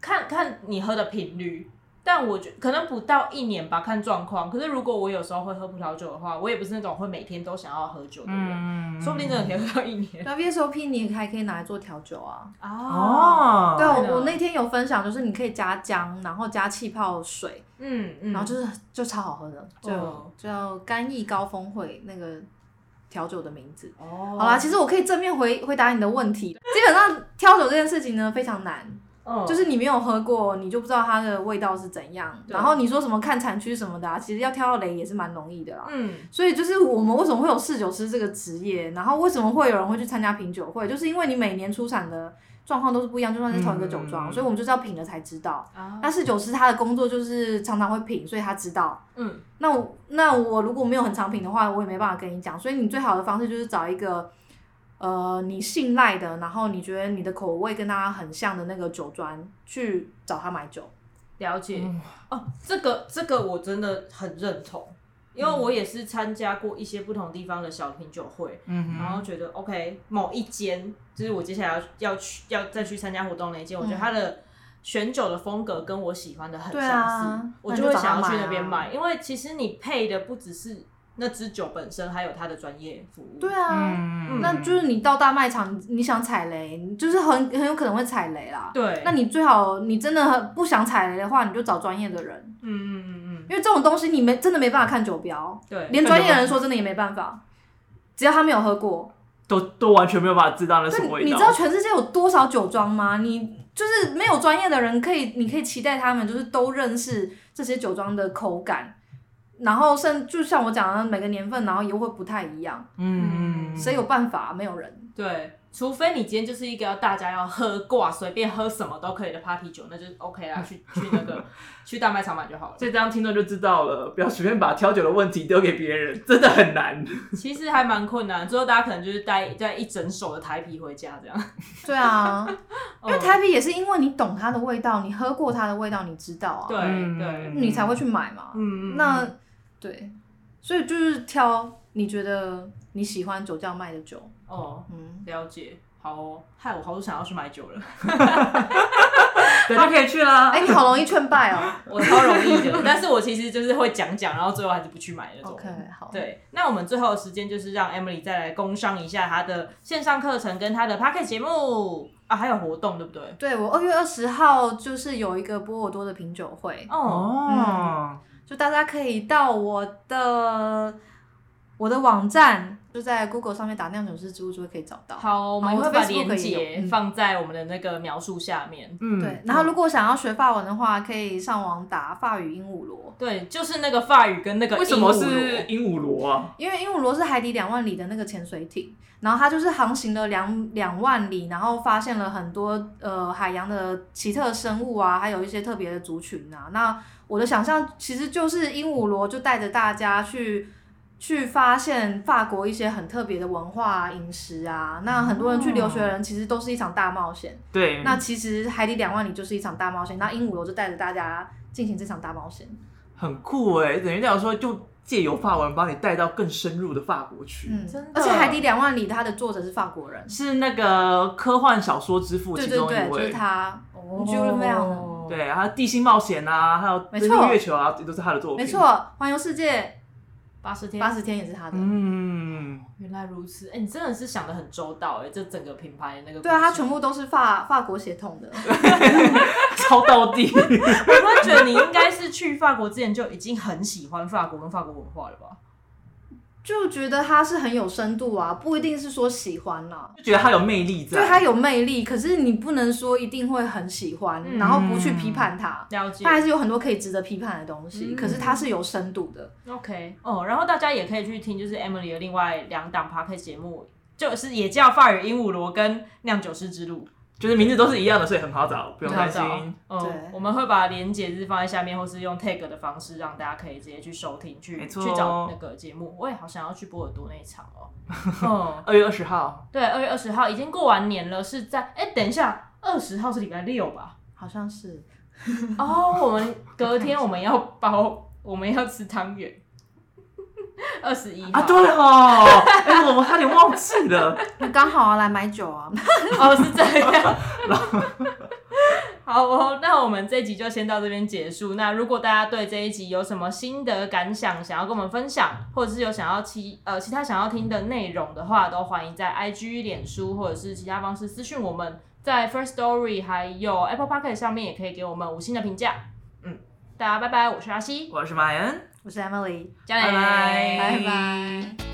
[SPEAKER 1] 看看你喝的频率。但我觉可能不到一年吧，看状况。可是如果我有时候会喝葡萄酒的话，我也不是那种会每天都想要喝酒的人，
[SPEAKER 2] 嗯，
[SPEAKER 1] 说不定真的可以喝到一年
[SPEAKER 3] 那 VSOP 你还可以拿来做调酒啊。
[SPEAKER 1] 哦。
[SPEAKER 2] 哦，
[SPEAKER 3] 对，
[SPEAKER 1] 对啊
[SPEAKER 3] 我我那天有分享，就是你可以加姜，然后加气泡水，
[SPEAKER 1] 嗯嗯，
[SPEAKER 3] 然后就是就超好喝的，就、
[SPEAKER 1] 哦
[SPEAKER 3] 叫干邑高峰会那个调酒的名字。
[SPEAKER 1] 哦，
[SPEAKER 3] 好啦，其实我可以正面回回答你的问题。基本上挑酒这件事情呢非常难，
[SPEAKER 1] 嗯
[SPEAKER 3] 就是你没有喝过，你就不知道它的味道是怎样。
[SPEAKER 1] 对
[SPEAKER 3] 然后你说什么看产区什么的、啊，其实要挑到雷也是蛮容易的啦。
[SPEAKER 1] 嗯
[SPEAKER 3] 所以就是我们为什么会有侍酒师这个职业，然后为什么会有人会去参加品酒会，就是因为你每年出产的状况都是不一样，就算是同一个酒庄，
[SPEAKER 2] 嗯
[SPEAKER 3] 所以我们就是要品了才知道。
[SPEAKER 1] 啊
[SPEAKER 3] 那侍酒师他的工作就是常常会品，所以他知道。
[SPEAKER 1] 嗯
[SPEAKER 3] 那我那我如果没有很常品的话，我也没办法跟你讲。所以你最好的方式就是找一个，呃，你信赖的，然后你觉得你的口味跟他很像的那个酒庄去找他买酒。
[SPEAKER 1] 了解。
[SPEAKER 2] 嗯
[SPEAKER 1] 哦，这个这个我真的很认同，因为
[SPEAKER 3] 嗯
[SPEAKER 1] 我也是参加过一些不同地方的小品酒会，
[SPEAKER 2] 嗯
[SPEAKER 1] 然后
[SPEAKER 2] 哼，
[SPEAKER 1] 觉得 OK 某一间，就是我接下来要要去要再去参加活动那一间，我觉得它的选酒的风格跟我喜欢的很
[SPEAKER 3] 嗯对
[SPEAKER 1] 相
[SPEAKER 3] 啊
[SPEAKER 1] 似，
[SPEAKER 3] 那
[SPEAKER 1] 我
[SPEAKER 3] 你
[SPEAKER 1] 会
[SPEAKER 3] 就找他
[SPEAKER 1] 想要去
[SPEAKER 3] 买啊
[SPEAKER 1] 那边买，因为其实你配的不只是那支酒本身，还有它的专业服务。
[SPEAKER 3] 对啊，
[SPEAKER 2] 嗯
[SPEAKER 3] 那就是你到大卖场，你想踩雷，你就是很很有可能会踩雷啦。
[SPEAKER 1] 对，
[SPEAKER 3] 那你最好，你真的不想踩雷的话，你就找专业的人，
[SPEAKER 1] 嗯嗯嗯嗯，
[SPEAKER 3] 因为这种东西你没真的没办法看酒标，
[SPEAKER 1] 对，
[SPEAKER 3] 连专业人说真的也没办法，只要他没有喝过。
[SPEAKER 2] 都都完全没有办法知道那什么味道。
[SPEAKER 3] 对，你知道全世界有多少酒庄吗？你就是没有专业的人可以，你可以期待他们就是都认识这些酒庄的口感，然后甚就像我讲的每个年份，然后也会不太一样，
[SPEAKER 2] 嗯，嗯嗯
[SPEAKER 3] 谁有办法？没有人。
[SPEAKER 1] 对，除非你今天就是一个要大家要喝挂，随便喝什么都可以的 party 酒，那就 OK 啦，去去那个 *laughs* 去大卖场买就好了。
[SPEAKER 2] 所以这样听众就知道了，不要随便把挑酒的问题丢给别人，真的很难。
[SPEAKER 1] 其实还蛮困难，最后大家可能就是带带一整手的台啤回家这样。
[SPEAKER 3] 对
[SPEAKER 1] *laughs*
[SPEAKER 3] 啊，因为
[SPEAKER 1] 嗯
[SPEAKER 3] 台啤也是因为你懂它的味道，你喝过它的味道，你知道啊，
[SPEAKER 1] 对
[SPEAKER 2] 嗯
[SPEAKER 1] 对，
[SPEAKER 3] 你才会去买嘛。
[SPEAKER 1] 嗯，
[SPEAKER 3] 那
[SPEAKER 1] 嗯
[SPEAKER 3] 对，所以就是挑你觉得你喜欢酒窖卖的酒，
[SPEAKER 1] 哦，
[SPEAKER 3] 嗯，
[SPEAKER 1] 了解，好哦，害我好多想要去买酒了，
[SPEAKER 2] 对，就可以去啦。
[SPEAKER 3] 哎、你好容易劝败哦。
[SPEAKER 1] *laughs* 我超容易的， *laughs* 但是我其实就是会讲讲，然后最后还是不去买那种。
[SPEAKER 3] OK，好，，
[SPEAKER 1] 对，那我们最后的时间就是让 Emily 再来工商一下她的线上课程跟她的 p a c k e t 节目啊，还有活动，对不对？
[SPEAKER 3] 对我二月二十号就是有一个波尔多的品酒会，
[SPEAKER 1] 哦，
[SPEAKER 2] 哦，
[SPEAKER 3] 就大家可以到我的我的网站，就在 Google 上面打酿酒师之路就会可以找到。
[SPEAKER 1] 好，我们
[SPEAKER 3] 我
[SPEAKER 1] 会把
[SPEAKER 3] 哦 Facebook 也有
[SPEAKER 1] 链接
[SPEAKER 3] 嗯
[SPEAKER 1] 放在我们的那个描述下面。
[SPEAKER 2] 嗯，
[SPEAKER 3] 对，然后如果想要学法文的话，可以上网打法语鹦鹉螺，
[SPEAKER 1] 对，就是那个法语跟那个
[SPEAKER 2] 为什么
[SPEAKER 1] 鹦鹉
[SPEAKER 2] 是
[SPEAKER 1] 螺
[SPEAKER 2] 鹦鹉螺啊？
[SPEAKER 3] 因为鹦鹉螺是海底两万里的那个潜水艇，然后它就是航行了两两万里，然后发现了很多呃海洋的奇特生物啊，还有一些特别的族群啊。那我的想象其实就是鹦鹉螺就带着大家去去发现法国一些很特别的文化啊、饮食啊。那很多人去留学的人其实都是一场大冒险。
[SPEAKER 2] 对，
[SPEAKER 3] 那其实海底两万里就是一场大冒险，那鹦鹉螺就带着大家进行这场大冒险。
[SPEAKER 2] 很酷哎、等于讲说就借由法文把你带到更深入的法国去。
[SPEAKER 3] 嗯
[SPEAKER 1] 真的，
[SPEAKER 3] 而且海底两万里它的作者是法国人，
[SPEAKER 2] 是那个科幻小说之父
[SPEAKER 3] 对
[SPEAKER 2] 其
[SPEAKER 3] 对
[SPEAKER 2] 中一
[SPEAKER 3] 对，
[SPEAKER 2] 位，
[SPEAKER 3] 就是他，
[SPEAKER 1] 哦
[SPEAKER 3] 就那样。
[SPEAKER 2] 对，还有地心冒险啊，还有
[SPEAKER 3] 没
[SPEAKER 2] 登
[SPEAKER 3] 错
[SPEAKER 2] 陆月球啊，这都是他的作品。
[SPEAKER 3] 没错，《环游世界
[SPEAKER 1] 八十》天
[SPEAKER 3] 八十天也是他的。
[SPEAKER 2] 嗯，
[SPEAKER 1] 原来如此，哎、你真的是想的很周到哎、这整个品牌的那个
[SPEAKER 3] 对啊，他
[SPEAKER 1] 故事
[SPEAKER 3] 全部都是法法国血
[SPEAKER 2] *laughs*
[SPEAKER 3] 统的。
[SPEAKER 2] 超到地。
[SPEAKER 1] 我都觉得你应该是去法国之前就已经很喜欢法国跟法国文化了吧？
[SPEAKER 3] 就觉得他是很有深度啊，不一定是说喜欢啦、
[SPEAKER 2] 就觉得他有魅力在。
[SPEAKER 3] 对他有魅力，可是你不能说一定会很喜欢，
[SPEAKER 1] 嗯
[SPEAKER 3] 然后不去批判他，
[SPEAKER 1] 了
[SPEAKER 2] 嗯
[SPEAKER 1] 解
[SPEAKER 3] 他还是有很多可以值得批判的东西。
[SPEAKER 1] 嗯
[SPEAKER 3] 可是他是有深度的，
[SPEAKER 1] ，OK，哦，然后大家也可以去听，就是 Emily 的另外两档 podcast 节目，就是也叫《法语鹦鹉螺》跟《酿酒师之路》，
[SPEAKER 2] 就是名字都是一样的，所以很好找，不用担
[SPEAKER 1] 知道
[SPEAKER 2] 心。
[SPEAKER 1] 哦
[SPEAKER 3] 对，
[SPEAKER 1] 我们会把连结日放在下面，或是用 tag 的方式让大家可以直接去收听，去
[SPEAKER 2] 没
[SPEAKER 1] 去
[SPEAKER 2] 错
[SPEAKER 1] 找那个节目。我也好想要去波尔多那一场
[SPEAKER 2] *laughs*
[SPEAKER 1] 哦。嗯，
[SPEAKER 2] 二月二十号，
[SPEAKER 1] 对，二月二十号已经过完年了，是在哎、等一下，二十号是礼拜六
[SPEAKER 2] *laughs*
[SPEAKER 1] 吧？
[SPEAKER 3] 好像是
[SPEAKER 1] 哦，我们隔天我们要包，我们要吃汤圆， *laughs* 二十一
[SPEAKER 2] 啊，对
[SPEAKER 3] *laughs*
[SPEAKER 2] 哦，哎、我们差点忘记了。
[SPEAKER 3] 刚好啊，来买酒啊， *laughs*
[SPEAKER 1] *laughs* 哦，是这样。 *laughs* 好哦，那我们这集就先到这边结束。那如果大家对这一集有什么心得感想，想要跟我们分享，或者是有想要其呃其他想要听的内容的话，都欢迎在 IG、脸书或者是其他方式私讯我们，在 First Story 还有 Apple p o c k e t 上面也可以给我们五星的评价。嗯，大家拜拜，我是阿西，
[SPEAKER 2] 我是马恩。
[SPEAKER 3] 我是 Emily，
[SPEAKER 1] 加油，
[SPEAKER 2] 拜拜
[SPEAKER 3] 拜拜。